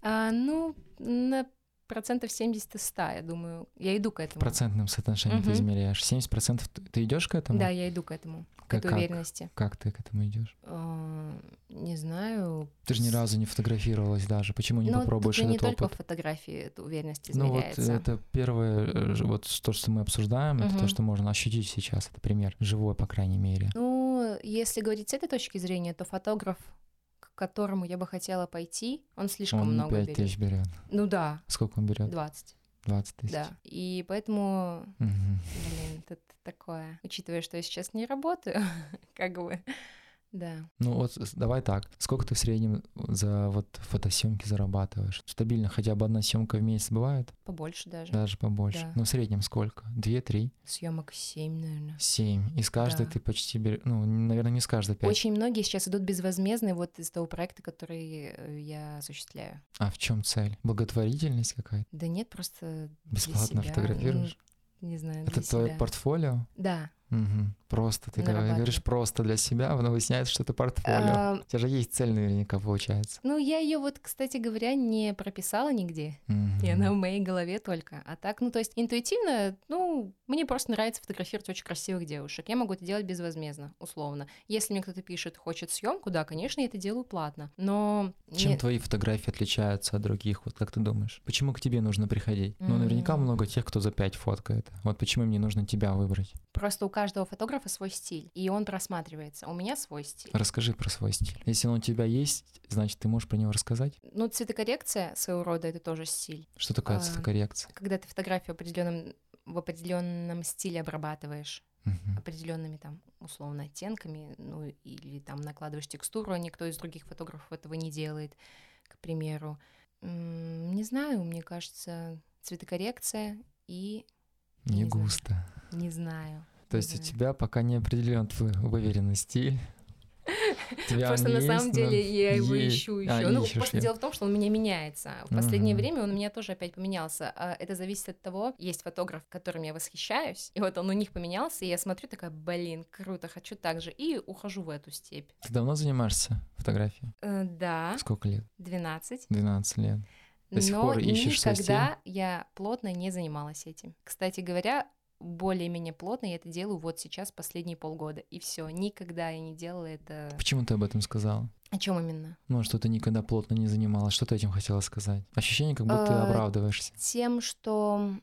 Speaker 4: А, Ну, на процентов 70 из 100, я думаю. Я иду к
Speaker 3: В
Speaker 4: этому.
Speaker 3: процентном соотношении ты
Speaker 4: Мгм.
Speaker 3: измеряешь. 70% ты- ты идешь к этому?
Speaker 4: Да, я иду к этому, к
Speaker 3: Как-
Speaker 4: этой
Speaker 3: как?
Speaker 4: уверенности.
Speaker 3: Как ты к этому идешь?
Speaker 4: А, Не знаю.
Speaker 3: Ты же ни
Speaker 4: С-
Speaker 3: разу не фотографировалась даже. Почему не
Speaker 4: Но
Speaker 3: попробуешь
Speaker 4: тут же не
Speaker 3: этот опыт?
Speaker 4: только в фотографии эта уверенность
Speaker 3: Ну вот
Speaker 4: измеряется.
Speaker 3: это первое, э, ж- вот то, что мы обсуждаем, это то,
Speaker 4: Мгм.
Speaker 3: что можно ощутить сейчас. Это пример живой, по крайней мере.
Speaker 4: Ну, если говорить с этой точки зрения, то фотограф, к которому я бы хотела пойти, он слишком
Speaker 3: Он не
Speaker 4: много
Speaker 3: 5
Speaker 4: берет.
Speaker 3: тысяч берет.
Speaker 4: Ну да,
Speaker 3: Сколько он берет?
Speaker 4: 20,
Speaker 3: 20 тысяч.
Speaker 4: да. И поэтому,
Speaker 3: Мгм.
Speaker 4: блин, это т- такое. Учитывая, что я сейчас не работаю, как бы, да.
Speaker 3: Ну вот с- давай так. Сколько ты в среднем за вот фотосъемки зарабатываешь? Стабильно хотя бы одна съемка в месяц бывает?
Speaker 4: Побольше даже.
Speaker 3: Даже побольше.
Speaker 4: Да.
Speaker 3: Ну в среднем сколько? Две, три,
Speaker 4: Съемок 7, наверное.
Speaker 3: семь. И с каждой
Speaker 4: Да.
Speaker 3: ты почти берешь... Ну, наверное, не с каждой пять.
Speaker 4: Очень многие сейчас идут безвозмездные вот из того проекта, который э, я осуществляю.
Speaker 3: А в чем цель? Благотворительность какая-то?
Speaker 4: Да нет, просто для
Speaker 3: Бесплатно
Speaker 4: себя,
Speaker 3: фотографируешь?
Speaker 4: ну, не знаю,
Speaker 3: Это
Speaker 4: для
Speaker 3: твое
Speaker 4: себя.
Speaker 3: портфолио?
Speaker 4: Да.
Speaker 3: Мгм. Просто ты говор-
Speaker 4: Нарабатываю.
Speaker 3: говоришь просто для себя, но выясняется, что это портфолио.
Speaker 4: А,
Speaker 3: У тебя же есть цель наверняка получается.
Speaker 4: Ну, я ее вот, кстати говоря, не прописала нигде. И она в моей голове только. А так, ну, то есть интуитивно, ну, мне просто нравится фотографировать очень красивых девушек. Я могу это делать безвозмездно, условно. Если мне кто-то пишет, хочет съемку, да, конечно, я это делаю платно. Но...
Speaker 3: Чем
Speaker 4: не-
Speaker 3: твои фотографии отличаются от других? Вот как ты думаешь? Почему к тебе нужно приходить? Ну,
Speaker 4: М.
Speaker 3: наверняка много тех, кто за пять фоткает. Вот почему мне нужно тебя выбрать?
Speaker 4: Просто у каждого фотографа свой стиль, и он просматривается. У меня свой стиль.
Speaker 3: Расскажи про свой стиль. Если он у тебя есть, значит, ты можешь про него рассказать?
Speaker 4: Ну, цветокоррекция своего рода — это тоже стиль.
Speaker 3: Что такое
Speaker 4: А.
Speaker 3: цветокоррекция?
Speaker 4: Когда ты фотографию в определенном, в определенном стиле обрабатываешь,
Speaker 3: Мгм.
Speaker 4: определенными там условно оттенками, ну или там накладываешь текстуру, а никто из других фотографов этого не делает, к примеру. М, Не знаю, мне кажется, цветокоррекция и
Speaker 3: Не
Speaker 4: не знаю.
Speaker 3: густо.
Speaker 4: не знаю.
Speaker 3: То есть у
Speaker 4: знаю.
Speaker 3: тебя пока не определен твой уверенный стиль. Тебя
Speaker 4: Просто на
Speaker 3: есть,
Speaker 4: самом
Speaker 3: но-
Speaker 4: деле я его
Speaker 3: Е-
Speaker 4: ищу
Speaker 3: а,
Speaker 4: еще. ну,
Speaker 3: ищешь
Speaker 4: просто
Speaker 3: её.
Speaker 4: дело в том, что он у меня меняется. В последнее
Speaker 3: Мгм.
Speaker 4: время он у меня тоже опять поменялся. А, Это зависит от того, есть фотограф, которым я восхищаюсь, и вот он у них поменялся, и я смотрю, такая, блин, круто, хочу так же, и ухожу в эту степь.
Speaker 3: Ты давно занимаешься фотографией?
Speaker 4: Э, Да,
Speaker 3: Сколько лет?
Speaker 4: 12.
Speaker 3: 12 лет. До сих
Speaker 4: Но
Speaker 3: пор ищешь со
Speaker 4: никогда я плотно не занималась этим. Кстати говоря, более-менее плотно я это делаю вот сейчас последние полгода. И все, никогда я не делала это.
Speaker 3: Почему ты об этом сказала?
Speaker 4: О чем именно?
Speaker 3: Ну, что ты никогда плотно не занималась. Что ты этим хотела сказать? Ощущение, как будто ты
Speaker 4: Э,
Speaker 3: оправдываешься.
Speaker 4: тем, что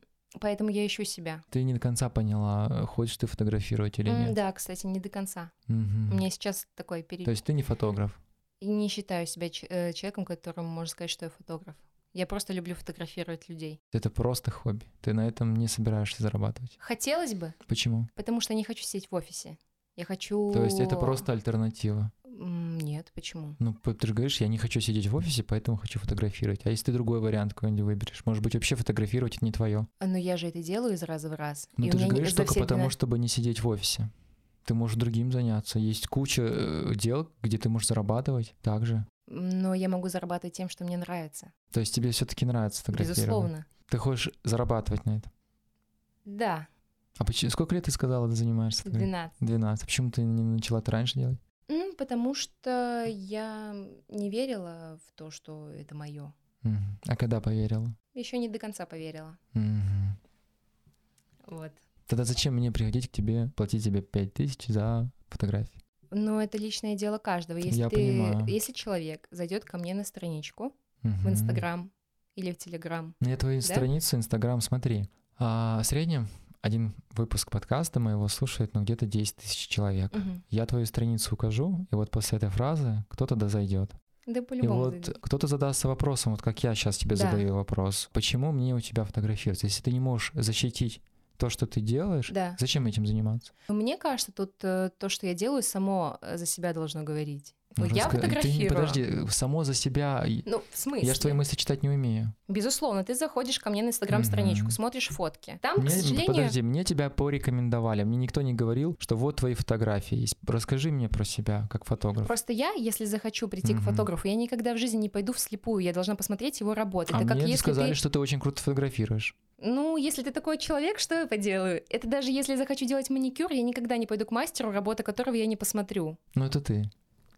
Speaker 4: поэтому я ищу себя.
Speaker 3: Ты не до конца поняла, хочешь ты фотографировать или
Speaker 4: М,
Speaker 3: нет.
Speaker 4: Да, кстати, не до конца.
Speaker 3: Мгм.
Speaker 4: У меня сейчас такой период.
Speaker 3: То есть ты не фотограф.
Speaker 4: И не считаю себя ч- э, человеком, которому можно сказать, что я фотограф. Я просто люблю фотографировать людей.
Speaker 3: Это просто хобби. Ты на этом не собираешься зарабатывать.
Speaker 4: Хотелось бы,
Speaker 3: Почему?
Speaker 4: потому что не хочу сидеть в офисе. Я хочу...
Speaker 3: То есть это просто альтернатива.
Speaker 4: М, Нет, почему?
Speaker 3: Ну, п- ты же говоришь, я не хочу сидеть в офисе, поэтому хочу фотографировать. А если ты другой вариант какой-нибудь выберешь? Может быть, вообще фотографировать это не твое.
Speaker 4: А, Но я же это делаю из раза в раз.
Speaker 3: Ну,
Speaker 4: И
Speaker 3: ты
Speaker 4: у
Speaker 3: же
Speaker 4: меня не-
Speaker 3: говоришь
Speaker 4: за
Speaker 3: только
Speaker 4: все
Speaker 3: потому,
Speaker 4: 12
Speaker 3: чтобы не сидеть в офисе. Ты можешь другим заняться. Есть куча э, дел, где ты можешь зарабатывать также.
Speaker 4: Но я могу зарабатывать тем, что мне нравится.
Speaker 3: То есть тебе все-таки нравится фотографировать.
Speaker 4: Безусловно.
Speaker 3: Ты хочешь зарабатывать на это.
Speaker 4: Да,
Speaker 3: А поч- сколько лет ты сказала, ты занимаешься? фотографией?
Speaker 4: 12.
Speaker 3: 12. Почему ты не начала это раньше делать?
Speaker 4: М, Ну, Потому что я не верила в то, что это мое.
Speaker 3: Мгм. А когда поверила?
Speaker 4: Еще не до конца поверила.
Speaker 3: Мгм.
Speaker 4: Вот.
Speaker 3: Тогда зачем мне приходить к тебе, платить тебе 5000 за фотографии?
Speaker 4: Но это личное дело каждого. Если,
Speaker 3: Я
Speaker 4: ты-
Speaker 3: понимаю.
Speaker 4: если человек зайдет ко мне на страничку в
Speaker 3: Мгм.
Speaker 4: Инстаграм или в Телеграм,
Speaker 3: Я твою
Speaker 4: Да?
Speaker 3: страницу Инстаграм смотри. А, в среднем один выпуск подкаста моего слушает, ну, где-то 10 тысяч человек.
Speaker 4: мгм,
Speaker 3: Я твою страницу укажу, и вот после этой фразы кто-то да зайдет.
Speaker 4: да
Speaker 3: И
Speaker 4: по-любому.
Speaker 3: вот
Speaker 4: зайдёт.
Speaker 3: кто-то задастся вопросом, вот как я сейчас тебе
Speaker 4: Да.
Speaker 3: задаю вопрос, почему мне у тебя фотографироваться, если ты не можешь защитить то, что ты делаешь,
Speaker 4: Да.
Speaker 3: зачем этим заниматься?
Speaker 4: Но Мне кажется, тут э, то, что я делаю, само э, за себя должно говорить.
Speaker 3: Ну,
Speaker 4: Вот я
Speaker 3: раска- ты не-
Speaker 4: фотографирую.
Speaker 3: подожди, само за себя. и-
Speaker 4: Ну, в смысле?
Speaker 3: Я же твои мысли читать не умею.
Speaker 4: Безусловно, ты заходишь ко мне на Инстаграм-страничку,
Speaker 3: Мгм.
Speaker 4: смотришь фотки. Там,
Speaker 3: Мне-
Speaker 4: к сожалению...
Speaker 3: Подожди, мне тебя порекомендовали. Мне никто не говорил, что вот твои фотографии есть. Расскажи мне про себя как фотограф.
Speaker 4: Просто я, если захочу прийти к
Speaker 3: Мгм.
Speaker 4: фотографу, я никогда в жизни не пойду вслепую, я должна посмотреть его работы.
Speaker 3: а
Speaker 4: Это как
Speaker 3: мне
Speaker 4: если
Speaker 3: сказали,
Speaker 4: ты...
Speaker 3: что ты очень круто фотографируешь.
Speaker 4: Ну, если ты такой человек, что я поделаю? Это даже если я захочу делать маникюр, я никогда не пойду к мастеру, работа которого я не посмотрю.
Speaker 3: Ну это ты.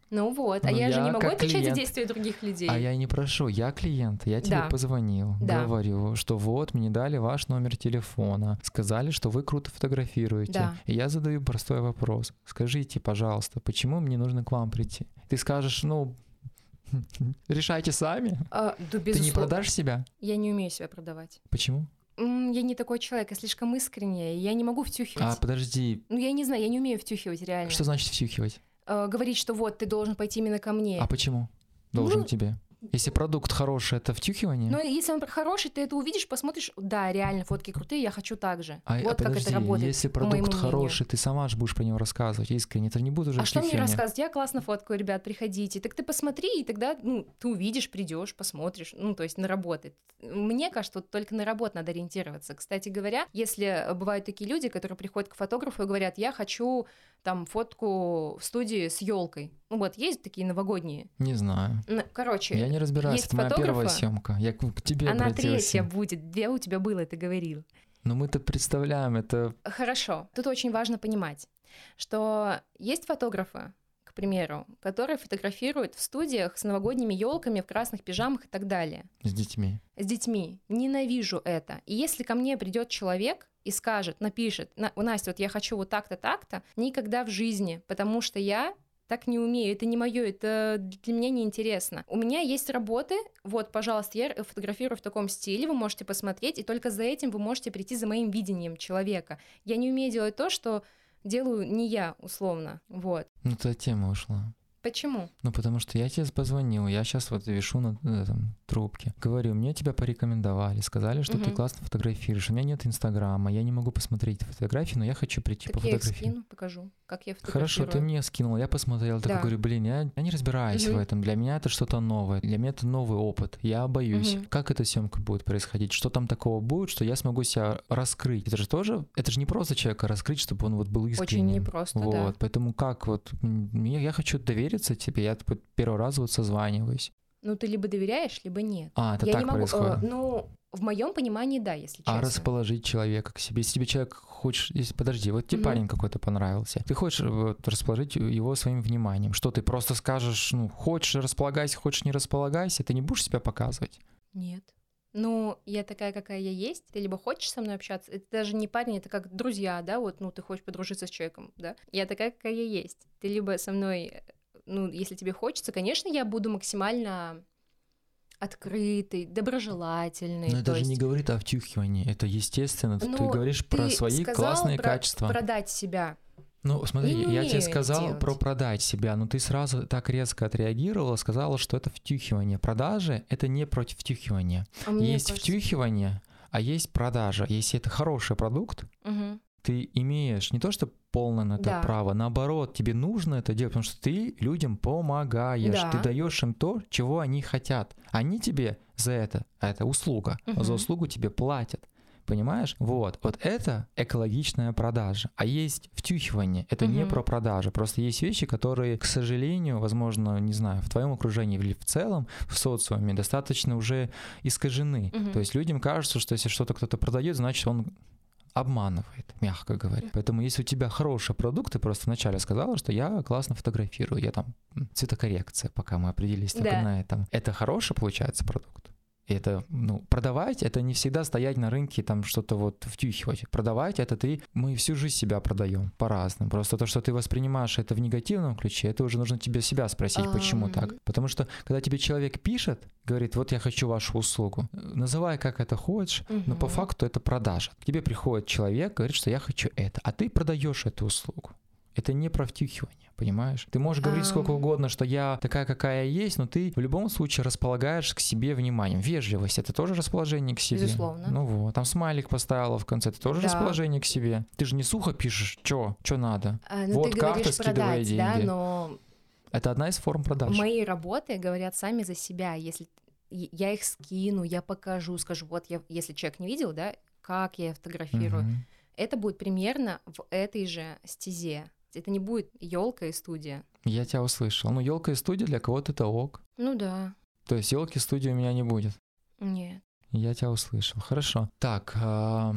Speaker 4: Ну вот, а
Speaker 3: Ну,
Speaker 4: я, же
Speaker 3: я
Speaker 4: не могу
Speaker 3: как
Speaker 4: отвечать за
Speaker 3: клиент.
Speaker 4: действия других людей.
Speaker 3: А я и не прошу, я клиент, я тебе
Speaker 4: Да.
Speaker 3: позвонил,
Speaker 4: Да.
Speaker 3: говорю, что вот мне дали ваш номер телефона, сказали, что вы круто фотографируете.
Speaker 4: Да.
Speaker 3: И я задаю простой вопрос. Скажите, пожалуйста, почему мне нужно к вам прийти? Ты скажешь, ну, решайте сами.
Speaker 4: А,
Speaker 3: Ты
Speaker 4: да,
Speaker 3: не
Speaker 4: безусловно.
Speaker 3: продашь себя?
Speaker 4: Я не умею себя продавать.
Speaker 3: Почему?
Speaker 4: М, я не такой человек, я слишком искренняя, и я не могу
Speaker 3: А,
Speaker 4: втюхивать.
Speaker 3: подожди,
Speaker 4: Ну, я не знаю, я не умею втюхивать реально.
Speaker 3: что значит всюхивать?
Speaker 4: Э, говорить, что вот, ты должен пойти именно ко мне.
Speaker 3: А почему? Должен
Speaker 4: Ну,
Speaker 3: тебе. Если продукт хороший, это втюхивание?
Speaker 4: Но если он хороший, ты это увидишь, посмотришь, да, реально фотки крутые, я хочу так же.
Speaker 3: а, а
Speaker 4: вот как это
Speaker 3: подожди,
Speaker 4: работает.
Speaker 3: если
Speaker 4: по моему
Speaker 3: продукт
Speaker 4: мнению.
Speaker 3: хороший, ты сама же будешь про него рассказывать искренне, это не будет уже
Speaker 4: А что мне
Speaker 3: втюхивание.
Speaker 4: рассказывать? Я классно фоткаю, ребят, приходите. Так ты посмотри, и тогда ну, ты увидишь, придешь, посмотришь. Ну, то есть наработает. Мне кажется, вот только на работу надо ориентироваться. Кстати говоря, если э, бывают такие люди, которые приходят к фотографу и говорят, я хочу там фотку в студии с елкой. Ну вот, есть такие новогодние.
Speaker 3: Не знаю.
Speaker 4: Ну, Короче,
Speaker 3: Я не разбираюсь,
Speaker 4: есть
Speaker 3: это моя первая
Speaker 4: фотографы?
Speaker 3: съемка. Я к к тебе
Speaker 4: она
Speaker 3: обратилась.
Speaker 4: третья будет. Две у тебя было, ты говорил.
Speaker 3: Но мы-то представляем, это
Speaker 4: Хорошо. Тут очень важно понимать, что есть фотографы, к примеру, которые фотографируют в студиях с новогодними елками в красных пижамах и так далее.
Speaker 3: с детьми.
Speaker 4: С детьми. Ненавижу это. И если ко мне придет человек и скажет, напишет, «На- Настя, вот я хочу вот так-то, так-то, никогда в жизни, потому что я так не умею, это не мое, это для меня неинтересно. У меня есть работы, вот, пожалуйста, я фотографирую в таком стиле, вы можете посмотреть, и только за этим вы можете прийти за моим видением человека. Я не умею делать то, что делаю не я, условно. Вот.
Speaker 3: Ну, эта тема ушла.
Speaker 4: Почему?
Speaker 3: Ну, потому что я тебе позвонил, я сейчас вот вешу на э, там, трубке. Говорю, мне тебя порекомендовали, сказали, что ты
Speaker 4: Мгм.
Speaker 3: классно фотографируешь. У меня нет Инстаграма, я не могу посмотреть твои фотографии, но я хочу прийти
Speaker 4: так я их
Speaker 3: пофотографировать.
Speaker 4: скину, покажу, как я фотографирую.
Speaker 3: Хорошо, ты мне скинул, я посмотрел, так
Speaker 4: Да.
Speaker 3: говорю, блин, я, я не разбираюсь в
Speaker 4: Мгм.
Speaker 3: этом, для меня это что-то новое, для меня это новый опыт, я боюсь,
Speaker 4: Мгм.
Speaker 3: как эта съемка будет происходить, что там такого будет, что я смогу себя раскрыть, это же тоже, это же не просто человека раскрыть, чтобы он вот был искренним.
Speaker 4: Очень непросто, да.
Speaker 3: Вот, поэтому как вот, м, я, я хочу довериться видится, типа, я типа, первый раз вот созваниваюсь.
Speaker 4: Ну, ты либо доверяешь, либо нет.
Speaker 3: А, это
Speaker 4: я
Speaker 3: так
Speaker 4: не могу. э,
Speaker 3: происходит.
Speaker 4: ну, в моем понимании, да, если честно.
Speaker 3: А расположить человека к себе. Если тебе человек хочешь... Если, подожди, вот тебе
Speaker 4: Мгм.
Speaker 3: парень какой-то понравился. Ты хочешь вот, расположить его своим вниманием. Что ты просто скажешь, ну, хочешь располагайся, хочешь не располагайся, ты не будешь себя показывать.
Speaker 4: Нет. Ну, я такая, какая я есть. Ты либо хочешь со мной общаться, это даже не парень, это как друзья, да, вот, ну, ты хочешь подружиться с человеком, да. Я такая, какая я есть. Ты либо со мной, э, ну, если тебе хочется, конечно, я буду максимально открытый, доброжелательный.
Speaker 3: Но Ну, это
Speaker 4: Ну то
Speaker 3: же не
Speaker 4: есть
Speaker 3: говорит о втюхивании. Это естественно. Ты- ты
Speaker 4: Ну,
Speaker 3: говоришь про
Speaker 4: ты
Speaker 3: свои
Speaker 4: сказал
Speaker 3: классные
Speaker 4: про-
Speaker 3: качества.
Speaker 4: Продать себя.
Speaker 3: Ну, смотри,
Speaker 4: Я не
Speaker 3: я тебе
Speaker 4: умею это
Speaker 3: сказал
Speaker 4: делать.
Speaker 3: про продать себя, но ты сразу так резко отреагировала, сказала, что это втюхивание. Продажи — это не против втюхивания.
Speaker 4: А мне
Speaker 3: есть
Speaker 4: кажется-
Speaker 3: втюхивание, а есть продажа. Если это хороший продукт,
Speaker 4: Мгм.
Speaker 3: ты имеешь не то, что полное на это
Speaker 4: Да.
Speaker 3: право, наоборот, тебе нужно это делать, потому что ты людям помогаешь,
Speaker 4: Да.
Speaker 3: ты даешь им то, чего они хотят. Они тебе за это, а это услуга,
Speaker 4: Мгм.
Speaker 3: за услугу тебе платят. Понимаешь? Вот. Вот это экологичная продажа. А есть втюхивание. Это не
Speaker 4: Мгм.
Speaker 3: про продажи. Просто есть вещи, которые, к сожалению, возможно, не знаю, в твоем окружении или в целом, в социуме, достаточно уже искажены.
Speaker 4: Мгм.
Speaker 3: То есть людям кажется, что если что-то кто-то продает, значит он обманывает, мягко говоря. Поэтому если у тебя хороший продукт, ты просто вначале сказала, что я классно фотографирую, я там м, цветокоррекция, пока мы определились только
Speaker 4: Да.
Speaker 3: на этом. Это хороший получается продукт. И это, ну, продавать, это не всегда стоять на рынке и там что-то вот втюхивать. Продавать, это ты, мы всю жизнь себя продаем по-разному. Просто то, что ты воспринимаешь это в негативном ключе, это уже нужно тебе себя спросить, почему
Speaker 4: Ам.
Speaker 3: так. Потому что, когда тебе человек пишет, говорит, вот я хочу вашу услугу, э, называй как это хочешь, но Ну, по
Speaker 4: Мгм.
Speaker 3: факту это продажа. К тебе приходит человек, говорит, что я хочу это, а ты продаешь эту услугу. Это не про втюхивание, понимаешь? Ты можешь говорить сколько
Speaker 4: Ам.
Speaker 3: угодно, что я такая, какая я есть, но ты в любом случае располагаешь к себе вниманием. Вежливость — это тоже расположение к себе.
Speaker 4: Безусловно.
Speaker 3: Ну вот, там смайлик поставила в конце, это тоже
Speaker 4: Да.
Speaker 3: расположение к себе. Ты же не сухо пишешь, чё, чё надо.
Speaker 4: А, ну,
Speaker 3: Вот
Speaker 4: ты
Speaker 3: карта,
Speaker 4: говоришь
Speaker 3: скидывай
Speaker 4: продать, да,
Speaker 3: деньги.
Speaker 4: но
Speaker 3: Это одна из форм продаж.
Speaker 4: Мои работы говорят сами за себя. Если и- я их скину, я покажу, скажу, вот я, если человек не видел, да, как я фотографирую,
Speaker 3: Мгм.
Speaker 4: это будет примерно в этой же стезе. Это не будет елка и студия.
Speaker 3: Я тебя услышал. Ну, елка и студия для кого-то это ок.
Speaker 4: Ну да,
Speaker 3: То есть елки студии у меня не будет.
Speaker 4: нет.
Speaker 3: Я тебя услышал. Хорошо. Так, а,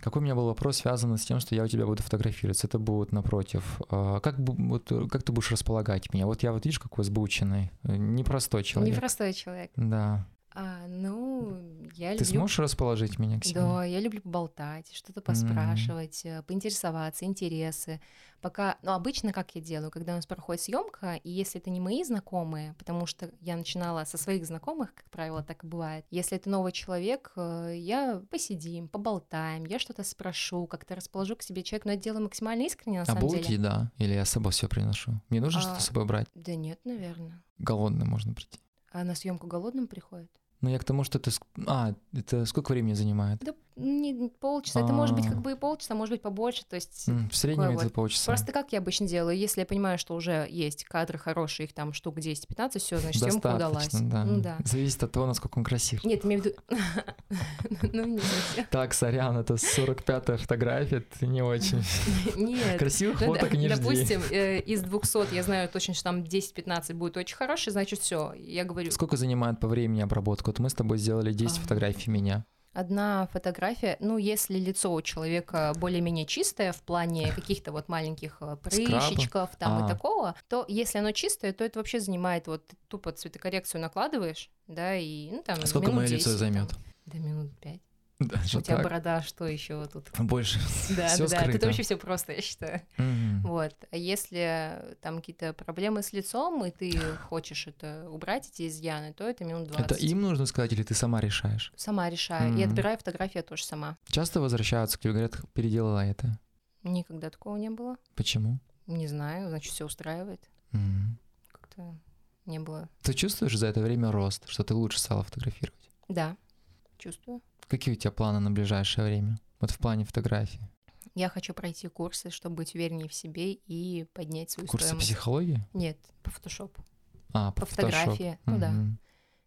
Speaker 3: какой у меня был вопрос, связанный с тем, что я у тебя буду фотографироваться? Это будет напротив. А, Как, бу- вот, э, как ты будешь располагать меня? Вот я вот, видишь, какой сбученный, э, непростой человек.
Speaker 4: Непростой человек.
Speaker 3: Да.
Speaker 4: А, ну, я
Speaker 3: Ты
Speaker 4: люблю.
Speaker 3: сможешь расположить меня к себе?
Speaker 4: Да, я люблю поболтать, что-то поспрашивать, э, поинтересоваться, интересы. Пока, ну, обычно как я делаю, когда у нас проходит съемка, и если это не мои знакомые, потому что я начинала со своих знакомых, как правило, так и бывает. Если это новый человек, э, я посидим, поболтаем, я что-то спрошу, как-то расположу к себе человека, но это делаю максимально искренне, на
Speaker 3: А
Speaker 4: самом
Speaker 3: будет
Speaker 4: деле.
Speaker 3: еда? Или я с собой все приношу? Мне нужно
Speaker 4: А.
Speaker 3: что-то с собой брать?
Speaker 4: Да нет, наверное.
Speaker 3: Голодным можно прийти.
Speaker 4: А на съемку голодным приходит?
Speaker 3: Ну, я к тому, что ты... ск- А, это сколько времени занимает?
Speaker 4: Да не полчаса, это может быть
Speaker 3: А.
Speaker 4: как бы и полчаса, может быть побольше, то есть
Speaker 3: М, В среднем это
Speaker 4: вот.
Speaker 3: полчаса.
Speaker 4: Просто как я обычно делаю, если я понимаю, что уже есть кадры хорошие, их там штук 10-15, все, значит, съемка удалась.
Speaker 3: Достаточно, да.
Speaker 4: Ну да.
Speaker 3: Зависит от того, насколько он красив.
Speaker 4: Нет, имею в виду... Ну, не совсем.
Speaker 3: Так, сорян, это 45-я фотография, ты не очень.
Speaker 4: Нет.
Speaker 3: Красивых
Speaker 4: Ну,
Speaker 3: фоток
Speaker 4: да,
Speaker 3: не жди.
Speaker 4: допустим, э, из 200 я знаю точно, что там 10-15 будет очень хорошие, значит, все. Я говорю,
Speaker 3: Сколько занимает по времени обработка? Вот мы с тобой сделали 10
Speaker 4: А.
Speaker 3: фотографий меня.
Speaker 4: одна фотография, ну, если лицо у человека более-менее чистое в плане каких-то вот маленьких
Speaker 3: Скраба?
Speaker 4: э, прыщичков там
Speaker 3: А.
Speaker 4: и такого, то если оно чистое, то это вообще занимает, вот ты тупо цветокоррекцию накладываешь, да, и, ну, там,
Speaker 3: А сколько
Speaker 4: минут
Speaker 3: мое лицо
Speaker 4: 10
Speaker 3: займет?
Speaker 4: там. Да минут пять.
Speaker 3: Даже
Speaker 4: У тебя
Speaker 3: так.
Speaker 4: борода, что еще тут?
Speaker 3: Больше.
Speaker 4: Да,
Speaker 3: Всё
Speaker 4: да, да, тут
Speaker 3: скрыто.
Speaker 4: вообще все просто, я считаю.
Speaker 3: Мгм.
Speaker 4: Вот. А если там какие-то проблемы с лицом, и ты хочешь это убрать, эти изъяны, то это минут 20.
Speaker 3: Это им нужно сказать или ты сама решаешь?
Speaker 4: Сама решаю. И
Speaker 3: Мгм.
Speaker 4: отбираю фотографии я тоже сама.
Speaker 3: Часто возвращаются к тебе, говорят, переделала это.
Speaker 4: Никогда такого не было.
Speaker 3: Почему?
Speaker 4: Не знаю, значит, все устраивает.
Speaker 3: М.
Speaker 4: Как-то не было.
Speaker 3: Ты чувствуешь за это время рост, что ты лучше стала фотографировать?
Speaker 4: Да, чувствую.
Speaker 3: Какие у тебя планы на ближайшее время? Вот в плане фотографии.
Speaker 4: Я хочу пройти курсы, чтобы быть увереннее в себе и поднять свою
Speaker 3: Курсы
Speaker 4: стоимость.
Speaker 3: психологии?
Speaker 4: Нет, по фотошопу.
Speaker 3: А,
Speaker 4: По фотографии. Ну да.
Speaker 3: Мгм.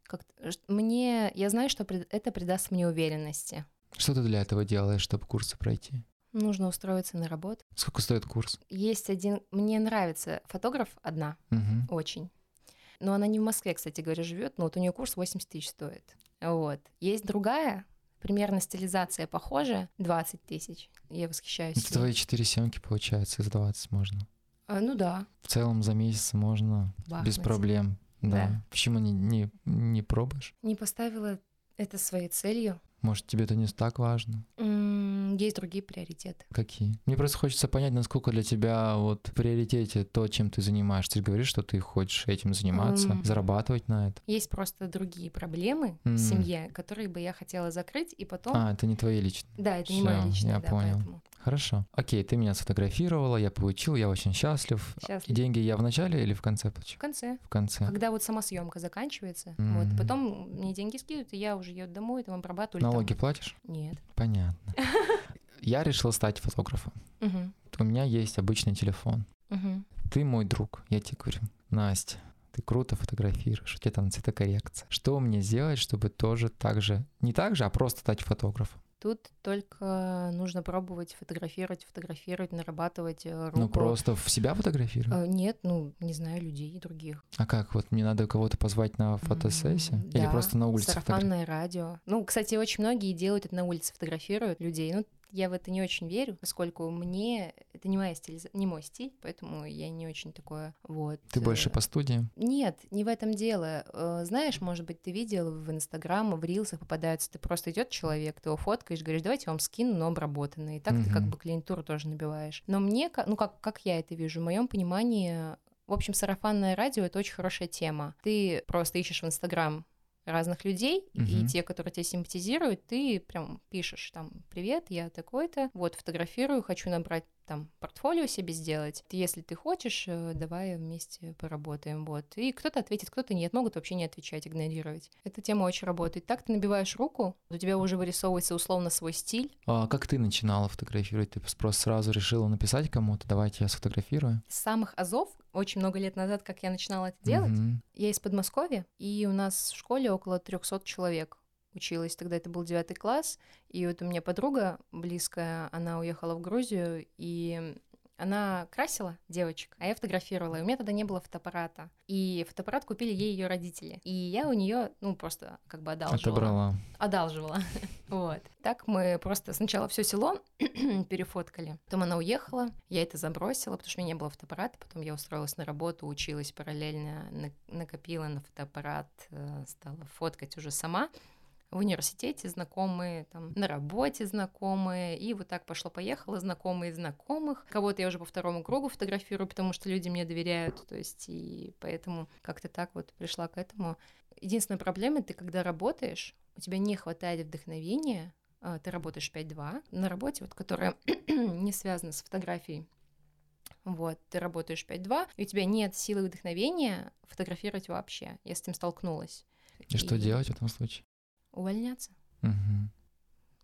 Speaker 4: как мне я знаю, что пред- это придаст мне уверенности.
Speaker 3: Что ты для этого делаешь, чтобы курсы пройти?
Speaker 4: Нужно устроиться на работу.
Speaker 3: Сколько стоит курс?
Speaker 4: Есть один... Мне нравится фотограф одна,
Speaker 3: Мгм.
Speaker 4: очень. Но она не в Москве, кстати говоря, живет, но вот у нее курс 80 тысяч стоит. Вот. Есть другая, примерно стилизация похожая, 20 тысяч. Я восхищаюсь.
Speaker 3: Это
Speaker 4: ей.
Speaker 3: твои 4 семки получается, из 20 можно.
Speaker 4: А, ну да.
Speaker 3: В целом за месяц можно без
Speaker 4: бахнуть.
Speaker 3: проблем. Да.
Speaker 4: Да.
Speaker 3: Почему не, не, не пробуешь?
Speaker 4: Не поставила это своей целью.
Speaker 3: Может, тебе это не так важно?
Speaker 4: М, есть другие приоритеты.
Speaker 3: Какие? Мне просто хочется понять, насколько для тебя вот в приоритете то, чем ты занимаешься. Ты же говоришь, что ты хочешь этим заниматься,
Speaker 4: М.
Speaker 3: зарабатывать на это.
Speaker 4: Есть просто другие проблемы
Speaker 3: М.
Speaker 4: в семье, которые бы я хотела закрыть, и потом...
Speaker 3: А, это не твои личные.
Speaker 4: да, это не моя
Speaker 3: всё,
Speaker 4: личная,
Speaker 3: я
Speaker 4: да,
Speaker 3: понял.
Speaker 4: поэтому.
Speaker 3: Хорошо. Окей, ты меня сфотографировала, я получил, я очень счастлив.
Speaker 4: Счастлив.
Speaker 3: И деньги я в начале или в конце
Speaker 4: В
Speaker 3: получил?
Speaker 4: конце.
Speaker 3: В конце.
Speaker 4: Когда вот сама съемка заканчивается,
Speaker 3: М.
Speaker 4: вот потом мне деньги скидывают, и я уже еду домой, там обрабатываю. или там-
Speaker 3: Налоги платишь?
Speaker 4: Нет.
Speaker 3: Понятно. Я решил стать фотографом.
Speaker 4: Мгм.
Speaker 3: У меня есть обычный телефон.
Speaker 4: Мгм.
Speaker 3: Ты мой друг, я тебе говорю. Настя, ты круто фотографируешь, у тебя там цветокоррекция. Что мне сделать, чтобы тоже так же, не так же, а просто стать фотографом?
Speaker 4: Тут только нужно пробовать фотографировать, фотографировать, нарабатывать э, руку.
Speaker 3: Ну, просто в себя фотографировать?
Speaker 4: Э, Нет, ну, не знаю, людей других.
Speaker 3: А как, вот мне надо кого-то позвать на фотосессию?
Speaker 4: М,
Speaker 3: Или
Speaker 4: да,
Speaker 3: просто на улице фотографировать?
Speaker 4: Сарафанное радио. Ну, кстати, очень многие делают это на улице, фотографируют людей. Ну, я в это не очень верю, поскольку мне это не моя стиль, не мой стиль, поэтому я не очень такое. Вот.
Speaker 3: Ты
Speaker 4: э,
Speaker 3: больше по студии?
Speaker 4: Нет, не в этом дело. Э, Знаешь, может быть, ты видел в Инстаграм, в Рилсах попадаются, ты просто идет человек, ты его фоткаешь, говоришь, давайте я вам скину, но обработанный. И так ты как
Speaker 3: Мгм.
Speaker 4: бы клиентуру тоже набиваешь. Но мне, ка- ну как, как я это вижу, в моем понимании, в общем, сарафанное радио — это очень хорошая тема. Ты просто ищешь в Инстаграм разных людей, и
Speaker 3: Мгм.
Speaker 4: те, которые тебя симпатизируют, ты прям пишешь там «Привет, я такой-то, вот, фотографирую, хочу набрать там портфолио себе сделать. Если ты хочешь, э, давай вместе поработаем, вот. И кто-то ответит, кто-то нет, могут вообще не отвечать, игнорировать. Эта тема очень работает. Так ты набиваешь руку, у тебя уже вырисовывается условно свой стиль.
Speaker 3: А как ты начинала фотографировать? Ты просто сразу решила написать кому-то, давайте я сфотографирую?
Speaker 4: С самых азов, очень много лет назад, как я начинала это делать,
Speaker 3: Мгм.
Speaker 4: Я из Подмосковья, и у нас в школе около 300 человек училась. Тогда это был девятый класс, и вот у меня подруга близкая, она уехала в Грузию, и она красила девочек, а я фотографировала. И у меня тогда не было фотоаппарата. И фотоаппарат купили ей ее родители. И я у нее, ну, просто как бы одалживала
Speaker 3: Отобрала.
Speaker 4: одалживала. Вот. Так мы просто сначала все село перефоткали. Потом она уехала, я это забросила, потому что у меня не было фотоаппарата. Потом я устроилась на работу, училась параллельно, на- накопила на фотоаппарат, э, стала фоткать уже сама. В университете знакомые, там, на работе знакомые, и вот так пошло-поехало, знакомые знакомых. Кого-то я уже по второму кругу фотографирую, потому что люди мне доверяют, то есть, и поэтому как-то так вот пришла к этому. Единственная проблема, ты когда работаешь, у тебя не хватает вдохновения, а, ты работаешь 5-2 на работе, вот, которая не связана с фотографией. Вот, ты работаешь 5-2, и у тебя нет силы и вдохновения фотографировать вообще. Я с этим столкнулась.
Speaker 3: И что делать в этом случае?
Speaker 4: Увольняться,
Speaker 3: Мгм.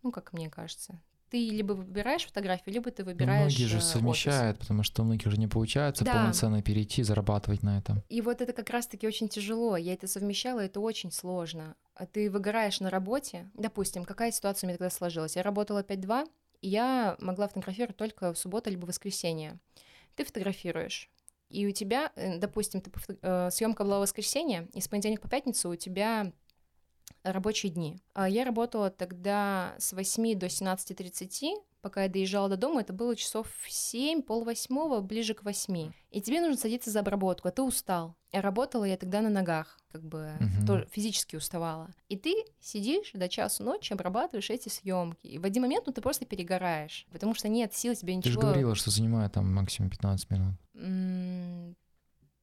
Speaker 4: ну, как мне кажется. Ты либо выбираешь фотографию, либо ты
Speaker 3: Ну,
Speaker 4: выбираешь
Speaker 3: многие
Speaker 4: э,
Speaker 3: же
Speaker 4: офис.
Speaker 3: совмещают, потому что у многих уже не получается
Speaker 4: Да.
Speaker 3: полноценно перейти, зарабатывать на этом.
Speaker 4: И вот это как раз-таки очень тяжело. Я это совмещала, это очень сложно. А Ты выгораешь на работе. Допустим, какая ситуация у меня тогда сложилась? Я работала 5-2, и я могла фотографировать только в субботу либо воскресенье. Ты фотографируешь. И у тебя, э, допустим, ты пофото- э, съемка была в воскресенье, и с понедельника по пятницу у тебя рабочие дни. А Я работала тогда с 8 до 17.30, пока я доезжала до дома, это было часов 7, полвосьмого, ближе к 8. И тебе нужно садиться за обработку, а ты устал. А Работала я тогда на ногах, как бы
Speaker 3: Мгм.
Speaker 4: тоже физически уставала. И ты сидишь до часу ночи, обрабатываешь эти съемки. И в один момент ну, ты просто перегораешь, потому что нет сил тебе
Speaker 3: Ты же
Speaker 4: ничего...
Speaker 3: говорила, что занимает там максимум 15 минут.
Speaker 4: М,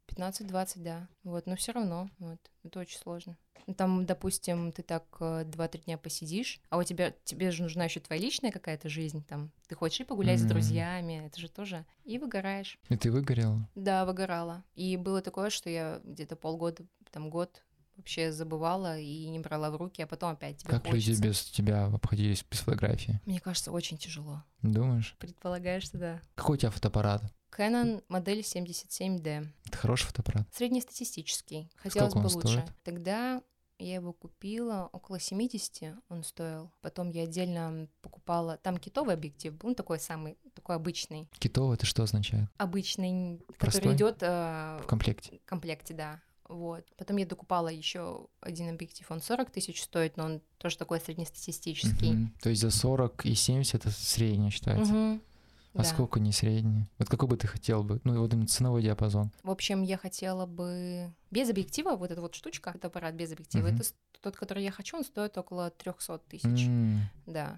Speaker 4: 15-20, да. Вот, но все равно, вот, это очень сложно. Ну, Там, допустим, ты так э, 2-3 дня посидишь, а у тебя, тебе же нужна еще твоя личная какая-то жизнь, там, ты хочешь и погулять с
Speaker 3: Мгм.
Speaker 4: друзьями, это же тоже, и выгораешь.
Speaker 3: И ты выгорела.
Speaker 4: Да, выгорала. И было такое, что я где-то полгода, там, год вообще забывала и не брала в руки, а потом опять тебе
Speaker 3: Как
Speaker 4: хочется.
Speaker 3: люди без тебя обходились без фотографии?
Speaker 4: Мне кажется, очень тяжело.
Speaker 3: Думаешь?
Speaker 4: Предполагаешь, что да.
Speaker 3: Какой у тебя фотоаппарат?
Speaker 4: Canon модель 77D.
Speaker 3: Это хороший фотоаппарат.
Speaker 4: Среднестатистический. Хотелось
Speaker 3: он
Speaker 4: бы лучше.
Speaker 3: стоит?
Speaker 4: Тогда Я его купила около 70 он стоил. Потом я отдельно покупала... Там китовый объектив был, ну, такой самый, такой обычный.
Speaker 3: Китово это что означает?
Speaker 4: Обычный,
Speaker 3: Простой?
Speaker 4: который э, идет
Speaker 3: В комплекте.
Speaker 4: в комплекте, да. Вот. Потом я докупала еще один объектив, он 40 тысяч стоит, но он тоже такой среднестатистический.
Speaker 3: Мгм. То есть за 40 и 70 это среднее считается.
Speaker 4: Мгм.
Speaker 3: А
Speaker 4: Да.
Speaker 3: сколько не среднее? Вот какой бы ты хотел бы? Ну, вот именно ценовой диапазон.
Speaker 4: В общем, я хотела бы без объектива, вот эта вот штучка, это аппарат без объектива,
Speaker 3: Мгм.
Speaker 4: это с- тот, который я хочу, он стоит около 300 тысяч,
Speaker 3: М.
Speaker 4: да.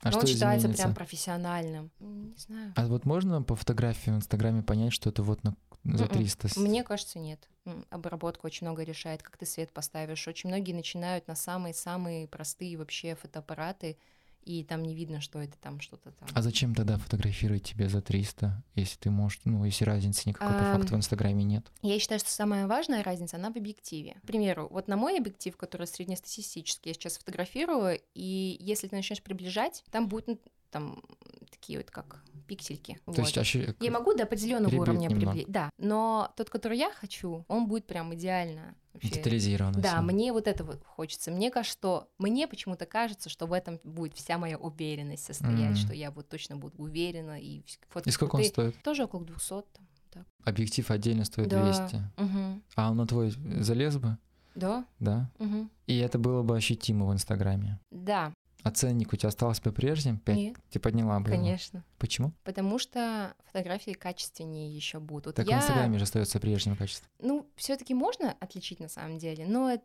Speaker 3: А
Speaker 4: но
Speaker 3: что
Speaker 4: Ну, он считается
Speaker 3: изменится?
Speaker 4: прям профессиональным. М, Не знаю.
Speaker 3: А вот можно по фотографии в Инстаграме понять, что это вот на, за
Speaker 4: Мгм.
Speaker 3: 300? с-
Speaker 4: М-м. Мне кажется, нет. М, Обработка очень много решает, как ты свет поставишь. Очень многие начинают на самые-самые простые вообще фотоаппараты, и там не видно, что это там что-то там.
Speaker 3: А зачем тогда фотографировать тебе за 300, если ты можешь, ну, если разницы никакой по
Speaker 4: Ам.
Speaker 3: факту в Инстаграме нет?
Speaker 4: Я считаю, что самая важная разница, она в объективе. К примеру, вот на мой объектив, который среднестатистический, я сейчас фотографирую, и если ты начнешь приближать, там будут ну, там такие вот как пиксельки.
Speaker 3: То
Speaker 4: Вот.
Speaker 3: есть ощу-
Speaker 4: Я могу до определенного
Speaker 3: Ребит
Speaker 4: уровня
Speaker 3: немного.
Speaker 4: приблизить, да. Но тот, который я хочу, он будет прям идеально. вообще.
Speaker 3: детализированно.
Speaker 4: Да,
Speaker 3: всё.
Speaker 4: мне вот это вот хочется. Мне кажется, что мне почему-то кажется, что в этом будет вся моя уверенность
Speaker 3: Мгм.
Speaker 4: состоять, что я вот точно буду уверена и вс- фото-
Speaker 3: И сколько он
Speaker 4: ты-
Speaker 3: стоит?
Speaker 4: Тоже около 200. там.
Speaker 3: Объектив отдельно стоит
Speaker 4: Да.
Speaker 3: 200.
Speaker 4: Мгм.
Speaker 3: А он на твой залез бы,
Speaker 4: Да.
Speaker 3: да?
Speaker 4: Мгм.
Speaker 3: И это было бы ощутимо в Инстаграме.
Speaker 4: Да,
Speaker 3: А ценник у тебя остался бы прежним? Пять?
Speaker 4: нет,
Speaker 3: Ты подняла бы его?
Speaker 4: конечно.
Speaker 3: Почему?
Speaker 4: Потому что фотографии качественнее еще будут. Вот
Speaker 3: Так в
Speaker 4: я-
Speaker 3: Инстаграме же остается прежним качество.
Speaker 4: Ну, все-таки можно отличить на самом деле, но э-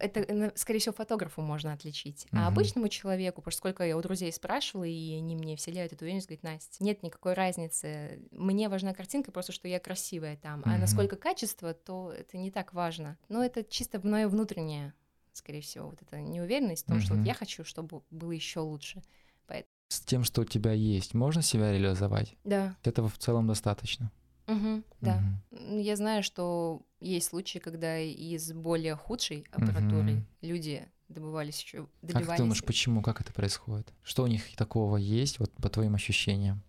Speaker 4: это, э, скорее всего, фотографу можно отличить.
Speaker 3: Мгм.
Speaker 4: А обычному человеку, потому что сколько я у друзей спрашивала, и они мне вселяют эту уверенность, говорят, Настя, нет никакой разницы. Мне важна картинка, просто что я красивая там. А
Speaker 3: Мгм.
Speaker 4: насколько качество, то это не так важно. Но это чисто мною внутреннее, скорее всего, вот эта неуверенность в том, что вот
Speaker 3: Мгм.
Speaker 4: я хочу, чтобы было еще лучше.
Speaker 3: С тем, что у тебя есть, можно себя реализовать?
Speaker 4: Да,
Speaker 3: Этого в целом достаточно.
Speaker 4: Мгм, да.
Speaker 3: Мгм.
Speaker 4: Ну, Я знаю, что есть случаи, когда из более худшей аппаратуры
Speaker 3: Мгм. А
Speaker 4: люди добывались еще
Speaker 3: Как
Speaker 4: добивались.
Speaker 3: ты думаешь, почему, как это происходит? Что у них такого есть, вот по твоим ощущениям,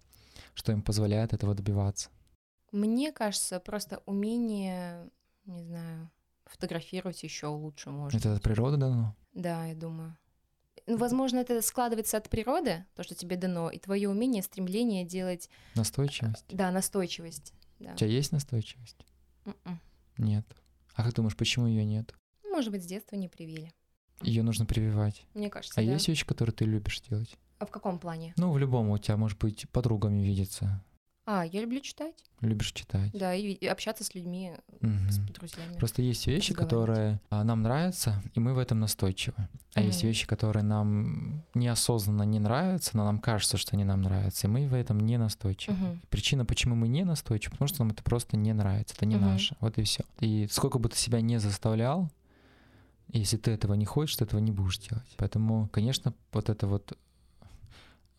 Speaker 3: что им позволяет этого добиваться?
Speaker 4: Мне кажется, просто умение, не знаю, фотографировать еще лучше может.
Speaker 3: Это от природы дано?
Speaker 4: Да, я думаю. Ну, возможно, это складывается от природы, то, что тебе дано, и твое умение, стремление делать,
Speaker 3: Настойчивость?
Speaker 4: да, настойчивость. Да.
Speaker 3: У тебя есть настойчивость?
Speaker 4: Мгм.
Speaker 3: Нет. А как думаешь, почему ее нет?
Speaker 4: Ну, Может быть, с детства не привили.
Speaker 3: Ее нужно прививать.
Speaker 4: Мне кажется,
Speaker 3: А
Speaker 4: да.
Speaker 3: есть вещи, которые ты любишь делать?
Speaker 4: А в каком плане?
Speaker 3: Ну, в любом у тебя, может быть, подругами видеться.
Speaker 4: А, я люблю читать,
Speaker 3: Любишь читать.
Speaker 4: да, и, и общаться с людьми,
Speaker 3: Мгм.
Speaker 4: с друзьями.
Speaker 3: Просто есть вещи,
Speaker 4: разговаривать.
Speaker 3: которые а, нам нравятся, и мы в этом настойчивы. А есть
Speaker 4: Мгм.
Speaker 3: вещи, которые нам неосознанно не нравятся, но нам кажется, что они нам нравятся, и мы в этом не настойчивы.
Speaker 4: Мгм.
Speaker 3: Причина, почему мы не настойчивы, потому что нам это просто не нравится, это не
Speaker 4: Мгм.
Speaker 3: наше. Вот и все. И сколько бы ты себя не заставлял, если ты этого не хочешь, ты этого не будешь делать. Поэтому, конечно, вот это вот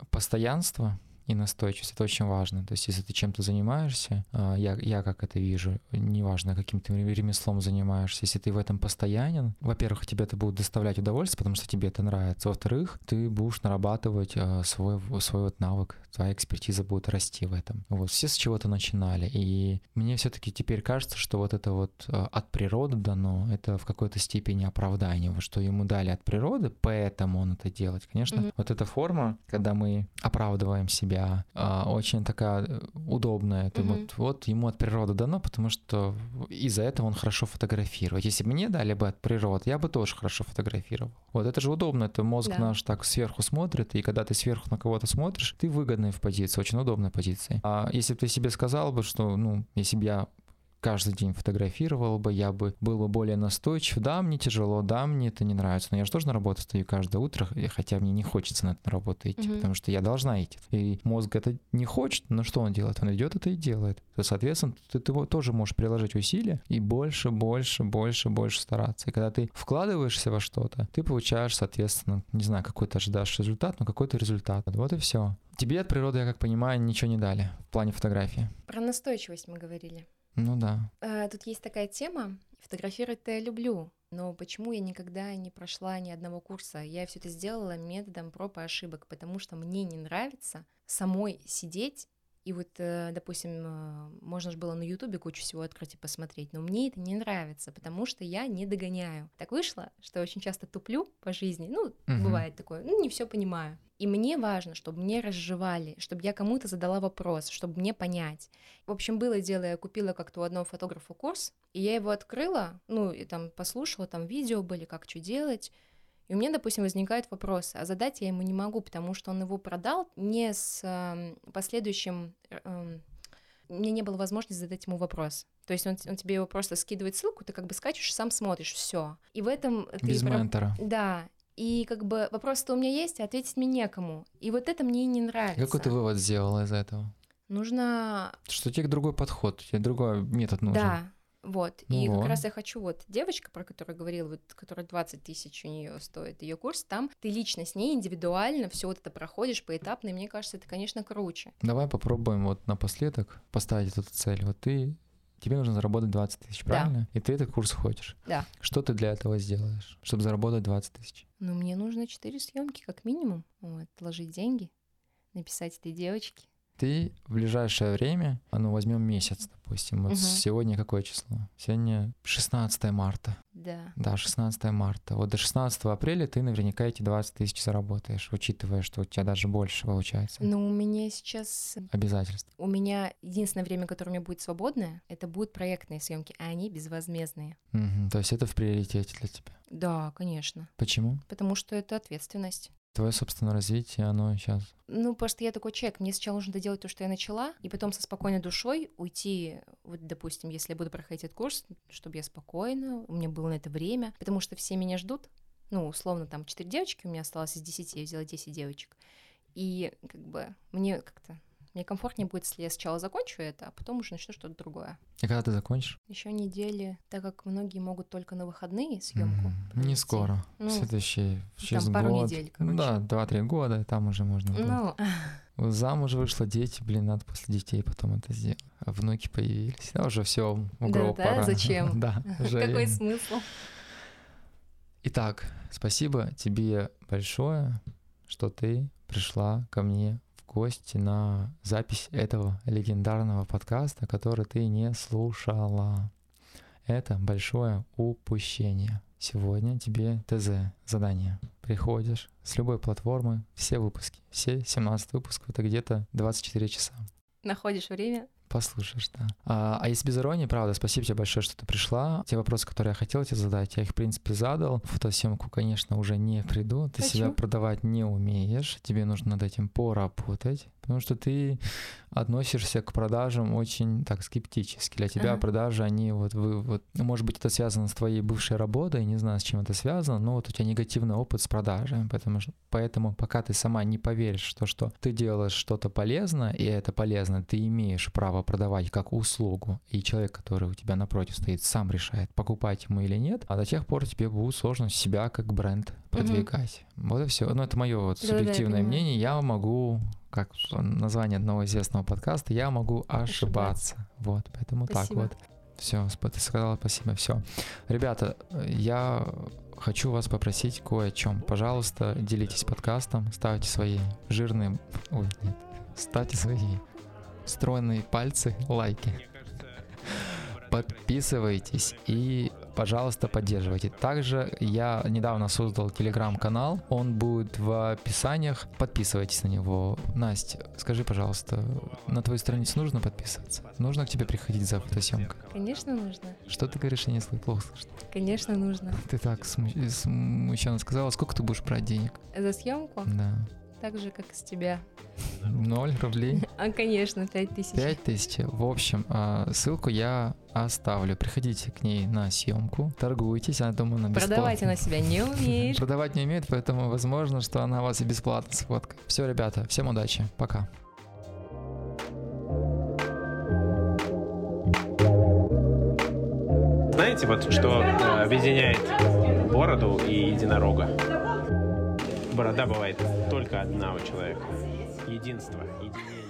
Speaker 3: постоянство и настойчивость это очень важно. То есть, если ты чем-то занимаешься, а, я, я как это вижу, неважно, каким ты ремеслом занимаешься, если ты в этом постоянен, во-первых, тебе это будет доставлять удовольствие, потому что тебе это нравится. Во-вторых, ты будешь нарабатывать а, свой, в- свой вот навык, твоя экспертиза будет расти в этом. Вот все с чего-то начинали. И мне все-таки теперь кажется, что вот это вот а, от природы дано, это в какой-то степени оправдание, вот что ему дали от природы, поэтому он это делает. Конечно,
Speaker 4: Мгм.
Speaker 3: вот эта форма, когда мы оправдываем себя, а, очень такая э, удобная. Это
Speaker 4: Мгм.
Speaker 3: вот, вот ему от природы дано, потому что из-за этого он хорошо фотографирует. Если бы мне дали бы от природы, я бы тоже хорошо фотографировал. Вот это же удобно, это мозг
Speaker 4: Да.
Speaker 3: наш так сверху смотрит, и когда ты сверху на кого-то смотришь, ты выгодный в позиции, очень удобной позиции. А если бы ты себе сказал бы, что, ну, если бы я каждый день фотографировал бы, я бы был бы более настойчив. Да, мне тяжело, да, мне это не нравится, но я же тоже на работу стою каждое утро, и хотя мне не хочется на эту работу идти,
Speaker 4: Мгм.
Speaker 3: потому что я должна идти. И мозг это не хочет, но что он делает? Он идет это и делает. То, соответственно, ты, ты вот тоже можешь приложить усилия и больше, больше, больше, больше стараться. И когда ты вкладываешься во что-то, ты получаешь, соответственно, не знаю, какой ты ожидаешь результат, но какой-то результат. Вот и все. Тебе от природы, я как понимаю, ничего не дали в плане фотографии.
Speaker 4: Про настойчивость мы говорили.
Speaker 3: Ну да.
Speaker 4: Э, Тут есть такая тема. Фотографировать-то я люблю, но почему я никогда не прошла ни одного курса? Я все это сделала методом проб и ошибок, потому что мне не нравится самой сидеть И вот, э, допустим, э, можно же было на Ютубе кучу всего открыть и посмотреть, но мне это не нравится, потому что я не догоняю. Так вышло, что я очень часто туплю по жизни, ну,
Speaker 3: Мгм.
Speaker 4: бывает такое, ну, не все понимаю. И мне важно, чтобы мне разжевали, чтобы я кому-то задала вопрос, чтобы мне понять. В общем, было дело, я купила как-то у одного фотографа курс, и я его открыла, ну, и там послушала, там видео были, как что делать. И у меня, допустим, возникает вопрос, а задать я ему не могу, потому что он его продал не с эм, последующим... э, эм, мне не было возможности задать ему вопрос. То есть он, т- он тебе его просто скидывает ссылку, ты как бы скачешь, сам смотришь, все. И в этом ты
Speaker 3: Без
Speaker 4: прям-
Speaker 3: ментора.
Speaker 4: Да. И как бы вопрос-то у меня есть, а ответить мне некому. И вот это мне и не нравится.
Speaker 3: Какой ты вывод сделала из этого?
Speaker 4: Нужно
Speaker 3: Что тебе другой подход, тебе другой метод нужен.
Speaker 4: Да, вот.
Speaker 3: Ну
Speaker 4: и как
Speaker 3: вот.
Speaker 4: раз я хочу, вот девочка, про которую говорила, вот, которая 20 тысяч у нее стоит ее курс, там ты лично с ней индивидуально все вот это проходишь поэтапно, и мне кажется, это, конечно, круче.
Speaker 3: Давай попробуем вот напоследок поставить эту цель. Вот ты, тебе нужно заработать 20 тысяч, правильно? И ты этот курс хочешь.
Speaker 4: Да.
Speaker 3: Что ты для этого сделаешь, чтобы заработать 20 тысяч?
Speaker 4: Но мне нужно 4 съемки как минимум, вот, вложить деньги, написать этой девочке.
Speaker 3: Ты в ближайшее время, а ну возьмем месяц, допустим, вот
Speaker 4: Мгм.
Speaker 3: сегодня какое число? Сегодня 16 марта.
Speaker 4: Да.
Speaker 3: Да, 16 марта. Вот до 16 апреля ты наверняка эти 20 тысяч заработаешь, учитывая, что у тебя даже больше получается.
Speaker 4: Но у меня сейчас,
Speaker 3: Обязательств.
Speaker 4: у меня единственное время, которое у меня будет свободное, это будут проектные съемки, а они безвозмездные.
Speaker 3: Мгм. То есть это в приоритете для тебя.
Speaker 4: Да, конечно,
Speaker 3: Почему?
Speaker 4: потому что это ответственность.
Speaker 3: Твое собственное развитие, оно сейчас
Speaker 4: Ну, просто я такой человек, мне сначала нужно доделать то, что я начала, и потом со спокойной душой уйти, вот, допустим, если я буду проходить этот курс, чтобы я спокойно, у меня было на это время, потому что все меня ждут, ну, условно, там, четыре девочки у меня осталось из 10, я взяла 10 девочек, и, как бы, мне как-то, мне комфортнее будет, если я сначала закончу это, а потом уже начну что-то другое.
Speaker 3: И когда ты закончишь?
Speaker 4: Еще недели, так как многие могут только на выходные съемку.
Speaker 3: М, Не скоро.
Speaker 4: Ну,
Speaker 3: Следующий через
Speaker 4: пару
Speaker 3: год.
Speaker 4: недель,
Speaker 3: Ну
Speaker 4: короче.
Speaker 3: да, два-три года, там уже можно будет.
Speaker 4: Ну,
Speaker 3: Замуж вышла, дети, блин, надо после детей потом это сделать. А внуки появились. Да, уже все, угроб
Speaker 4: да,
Speaker 3: пора.
Speaker 4: зачем?
Speaker 3: Да, уже
Speaker 4: какой
Speaker 3: и-
Speaker 4: смысл?
Speaker 3: Итак, спасибо тебе большое, что ты пришла ко мне в гости на запись этого легендарного подкаста, который ты не слушала. Это большое упущение. Сегодня тебе ТЗ, задание. Приходишь с любой платформы, все выпуски, все 17 выпусков, это где-то 24 часа.
Speaker 4: Находишь время
Speaker 3: Послушаешь, да. А, а если без иронии, правда, спасибо тебе большое, что ты пришла. Те вопросы, которые я хотел тебе задать, я их, в принципе, задал. В Фотосъемку, конечно, уже не приду. Ты себя
Speaker 4: Почему?
Speaker 3: продавать не умеешь. Тебе нужно над этим поработать, потому что ты относишься к продажам очень так скептически. Для тебя
Speaker 4: Ага.
Speaker 3: продажи, они вот, вы, вот, ну, может быть, это связано с твоей бывшей работой, не знаю, с чем это связано, но вот у тебя негативный опыт с продажами, потому что, поэтому пока ты сама не поверишь, что, что ты делаешь что-то полезное, и это полезно, ты имеешь право продавать как услугу, и человек, который у тебя напротив стоит, сам решает, покупать ему или нет, а до тех пор тебе будет сложно себя как бренд продвигать. Вот и все. Ну, это мое вот
Speaker 4: Да-да-да, я
Speaker 3: субъективное
Speaker 4: понимаю.
Speaker 3: мнение. Я могу как название одного известного подкаста, я могу ошибаться.
Speaker 4: Ошибаться.
Speaker 3: Вот, поэтому
Speaker 4: Спасибо.
Speaker 3: так вот. Все, ты сказала спасибо, все. Ребята, э, я хочу вас попросить кое о чем. Пожалуйста, делитесь подкастом, ставьте свои жирные... Ой, нет. Ставьте свои стройные пальцы, лайки. Подписывайтесь и, пожалуйста, поддерживайте. Также я недавно создал телеграм-канал, он будет в описаниях. Подписывайтесь на него. Настя, скажи, пожалуйста, на твою страницу нужно подписываться? Нужно к тебе приходить за фотосъемкой?
Speaker 4: Конечно, нужно.
Speaker 3: Что ты говоришь, я не слышу, плохо слышно.
Speaker 4: Конечно, нужно.
Speaker 3: Ты так сму- смущенно сказала, сколько ты будешь брать денег?
Speaker 4: За съемку,
Speaker 3: Да.
Speaker 4: так же, как и с тебя.
Speaker 3: Ноль рублей?
Speaker 4: А, конечно, пять тысяч.
Speaker 3: Пять тысяч. В общем, а, ссылку я оставлю. Приходите к ней на съемку, торгуйтесь, она, думаю, на бесплатно.
Speaker 4: Продавать она себя не умеет.
Speaker 3: Продавать не умеет, поэтому возможно, что она вас и бесплатно сфоткает. Все, ребята, всем удачи. Пока.
Speaker 2: Знаете, вот что э, объединяет бороду и единорога? Борода бывает только одна у человека. Единство, единение.